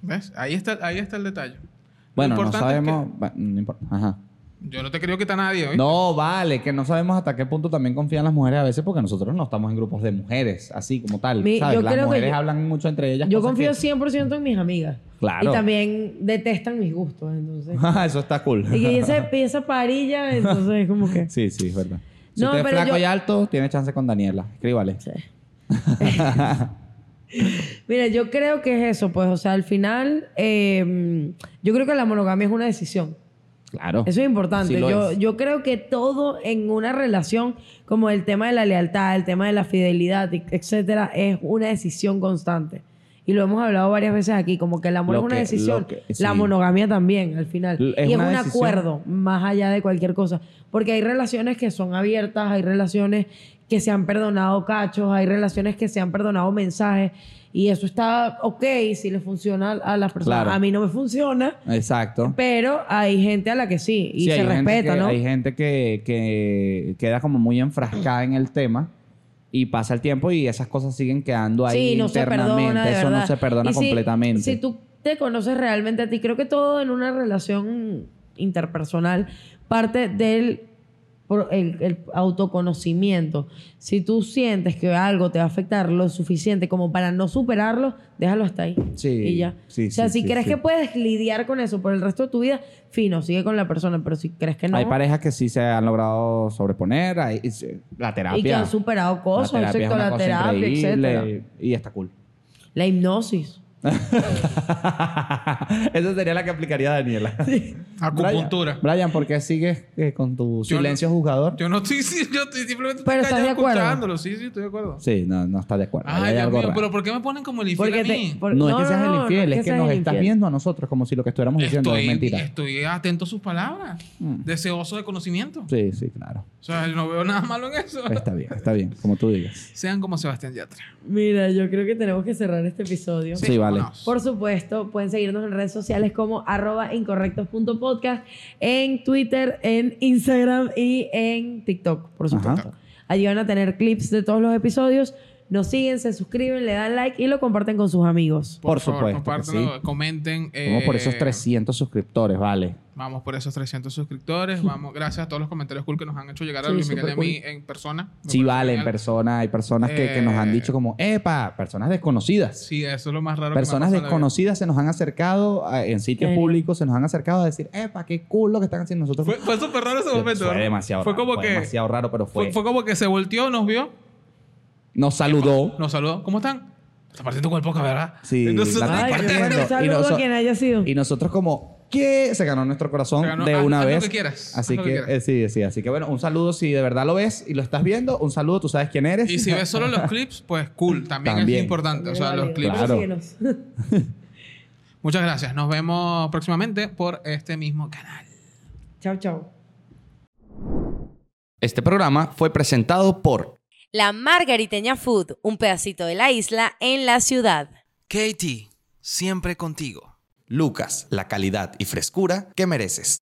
Speaker 5: ¿Ves? Ahí está, ahí está el detalle. Lo
Speaker 4: Bueno, no
Speaker 5: importante es que-
Speaker 4: sabemos... va- no importa. Ajá.
Speaker 5: yo no te creo quitar a nadie hoy.
Speaker 4: No, vale, que no sabemos hasta qué punto también confían las mujeres a veces porque nosotros no estamos en grupos de mujeres, así como tal.
Speaker 2: Mi-
Speaker 4: ¿sabes?
Speaker 2: yo
Speaker 4: Las
Speaker 2: creo que
Speaker 4: mujeres
Speaker 2: yo-
Speaker 4: hablan mucho entre ellas.
Speaker 2: Yo
Speaker 4: cosas
Speaker 2: confío
Speaker 4: *laughs* que-
Speaker 2: 100% en mis amigas.
Speaker 4: Claro.
Speaker 2: Y también detestan mis gustos, entonces.
Speaker 4: Ajá, Ah, Eso está cool.
Speaker 2: y que esa, y esa parilla, entonces es como que...
Speaker 4: *laughs* Sí, sí, es verdad. Si
Speaker 2: No,
Speaker 4: usted es
Speaker 2: pero
Speaker 4: flaco
Speaker 2: yo-
Speaker 4: y alto, tiene chance con Daniela. Escríbale.
Speaker 2: Sí. *laughs* Mira, yo creo que es eso, pues, o sea, al final, eh, yo creo que la monogamia es una decisión.
Speaker 4: Claro.
Speaker 2: Eso es importante.
Speaker 4: Sí lo
Speaker 2: yo,
Speaker 4: es.
Speaker 2: yo creo que todo en una relación, como el tema de la lealtad, el tema de la fidelidad, e- etcétera, es una decisión constante. Y lo hemos hablado varias veces aquí, como que el amor
Speaker 4: Lo
Speaker 2: es una
Speaker 4: que-
Speaker 2: decisión,
Speaker 4: lo que-
Speaker 2: la
Speaker 4: sí.
Speaker 2: monogamia también, al final.
Speaker 4: L- es
Speaker 2: y es
Speaker 4: una
Speaker 2: un
Speaker 4: decisión.
Speaker 2: acuerdo, más allá de cualquier cosa. Porque hay relaciones que son abiertas, hay relaciones que se han perdonado cachos, hay relaciones que se han perdonado mensajes. Y eso está ok si le funciona a las personas.
Speaker 4: Claro.
Speaker 2: A mí no me funciona.
Speaker 4: Exacto.
Speaker 2: Pero hay gente a la que sí, y
Speaker 4: Sí,
Speaker 2: se
Speaker 4: hay gente
Speaker 2: respeta,
Speaker 4: que-
Speaker 2: ¿no?
Speaker 4: Hay gente que, que queda como muy enfrascada en el tema y pasa el tiempo y esas cosas siguen quedando ahí
Speaker 2: sí, no se
Speaker 4: internamente.
Speaker 2: perdona. de
Speaker 4: Eso no
Speaker 2: verdad.
Speaker 4: se perdona
Speaker 2: Y si-
Speaker 4: completamente.
Speaker 2: Si tú te conoces realmente a ti, creo que todo en una relación interpersonal parte del por el, el autoconocimiento. Si tú sientes que algo te va a afectar lo suficiente como para no superarlo, déjalo hasta ahí.
Speaker 4: Sí,
Speaker 2: Y ya.
Speaker 4: sí,
Speaker 2: o sea,
Speaker 4: sí,
Speaker 2: si
Speaker 4: sí,
Speaker 2: crees
Speaker 4: sí.
Speaker 2: que puedes lidiar con eso por el resto de tu vida, fino, sigue con la persona. Pero si crees que no,
Speaker 4: Hay parejas que sí se han logrado sobreponer. hay- y se- la terapia.
Speaker 2: y que han superado cosas,
Speaker 4: la terapia, es
Speaker 2: excepto
Speaker 4: una
Speaker 2: la
Speaker 4: cosa
Speaker 2: terapia,
Speaker 4: increíble,
Speaker 2: etcétera.
Speaker 4: Y está cool. *laughs*
Speaker 2: La hipnosis.
Speaker 4: Esa sería la que aplicaría Daniela.
Speaker 5: Acupuntura.
Speaker 4: Brian, Brian, ¿por qué sigues eh, con tu
Speaker 5: Yo no-
Speaker 4: silencio juzgador?
Speaker 5: Yo no estoy, *laughs* sí, yo estoy simplemente
Speaker 2: Pero estás
Speaker 5: callado
Speaker 2: de acuerdo.
Speaker 5: escuchándolo. Sí, sí, estoy de acuerdo.
Speaker 4: Sí, no, no está de acuerdo. Ahí
Speaker 5: Ay,
Speaker 4: hay
Speaker 5: Ah, Dios
Speaker 4: algo
Speaker 5: mío,
Speaker 4: raro.
Speaker 5: pero ¿por qué me ponen como el infiel
Speaker 2: Porque
Speaker 5: a mí?
Speaker 2: te- por-
Speaker 4: no, es que
Speaker 2: no,
Speaker 4: seas
Speaker 2: no,
Speaker 4: el
Speaker 2: no,
Speaker 4: infiel,
Speaker 2: no
Speaker 4: es que,
Speaker 2: seas
Speaker 4: nos
Speaker 2: el
Speaker 4: estás
Speaker 2: infiel.
Speaker 4: viendo a nosotros como si lo que estuviéramos diciendo es
Speaker 5: Estoy,
Speaker 4: mentira. Mm.
Speaker 5: estoy atento a sus palabras. Deseoso de conocimiento.
Speaker 4: Sí, Pues, sí, claro.
Speaker 5: O sea, yo no veo nada malo en eso.
Speaker 4: Está bien, está bien, como tú digas.
Speaker 5: *laughs* Sean como Sebastián Yatra.
Speaker 2: Mira, yo creo que tenemos que cerrar este episodio.
Speaker 4: Sí, vale.
Speaker 5: vámonos.
Speaker 2: Por supuesto, pueden seguirnos en redes sociales como arroba incorrectos.podcast, en Twitter, en Instagram y en TikTok, por supuesto. Allí van a tener clips de todos los episodios. nos siguen, se suscriben, le dan like y lo comparten con sus amigos.
Speaker 4: Por supuesto que
Speaker 5: compártanlo,
Speaker 4: sí.
Speaker 5: comenten. eh,
Speaker 4: Vamos por esos 300 suscriptores, vale.
Speaker 5: Vamos por esos 300
Speaker 4: *laughs*
Speaker 5: suscriptores. Vamos, gracias a todos los comentarios cool que nos han hecho llegar a
Speaker 2: Sí,
Speaker 5: Luis Miguel y a
Speaker 2: súper
Speaker 5: mí en persona. Me
Speaker 4: Sí,
Speaker 5: parece
Speaker 4: vale, en
Speaker 5: genial.
Speaker 4: persona. Hay personas que, que nos han
Speaker 5: Eh,
Speaker 4: dicho como, epa, personas desconocidas.
Speaker 5: Sí, eso es lo más raro. que me ha
Speaker 4: Personas
Speaker 5: pasado en la vida.
Speaker 4: desconocidas se nos han acercado a- en sitios
Speaker 2: Claro.
Speaker 4: públicos, se nos han acercado a decir, epa, qué cool lo que están haciendo nosotros.
Speaker 5: Fue, fue súper raro ese momento.
Speaker 4: fue
Speaker 5: ¿verdad?
Speaker 4: demasiado
Speaker 5: Fue
Speaker 4: raro,
Speaker 5: como
Speaker 4: fue
Speaker 5: que.
Speaker 4: demasiado raro, pero
Speaker 5: fue,
Speaker 4: fue,
Speaker 5: fue como que se volteó, nos vio,
Speaker 4: nos saludó.
Speaker 5: nos saludó. ¿Cómo están? Está partiendo con el poca, ¿verdad?
Speaker 4: Sí,
Speaker 5: Entonces,
Speaker 4: la-
Speaker 2: Ay,
Speaker 4: compartiendo.
Speaker 2: qué bueno, un
Speaker 4: Y
Speaker 2: saludo
Speaker 4: noso-
Speaker 2: a quien haya sido.
Speaker 4: Y nosotros como, ¿qué? Se ganó nuestro corazón
Speaker 5: Se ganó.
Speaker 4: de
Speaker 5: Haz-
Speaker 4: una
Speaker 5: haz lo
Speaker 4: vez.
Speaker 5: que quieras,
Speaker 4: Así
Speaker 5: haz lo que
Speaker 4: que,
Speaker 5: quieras.
Speaker 4: eh, sí, sí. Así que bueno, un saludo si de verdad lo ves y lo estás viendo. Un saludo, tú sabes quién eres.
Speaker 5: y si
Speaker 4: *laughs*
Speaker 5: ves solo los clips, pues cool. También,
Speaker 4: También.
Speaker 5: es importante. O sea, los clips.
Speaker 4: Claro.
Speaker 2: Síguenos. *laughs*
Speaker 5: Muchas gracias. Nos vemos próximamente por este mismo canal.
Speaker 2: chao, chao.
Speaker 1: Este programa fue presentado por
Speaker 6: La Margariteña Food, un pedacito de la isla en la ciudad.
Speaker 7: Katie, siempre contigo.
Speaker 1: Lucas, la calidad y frescura que mereces.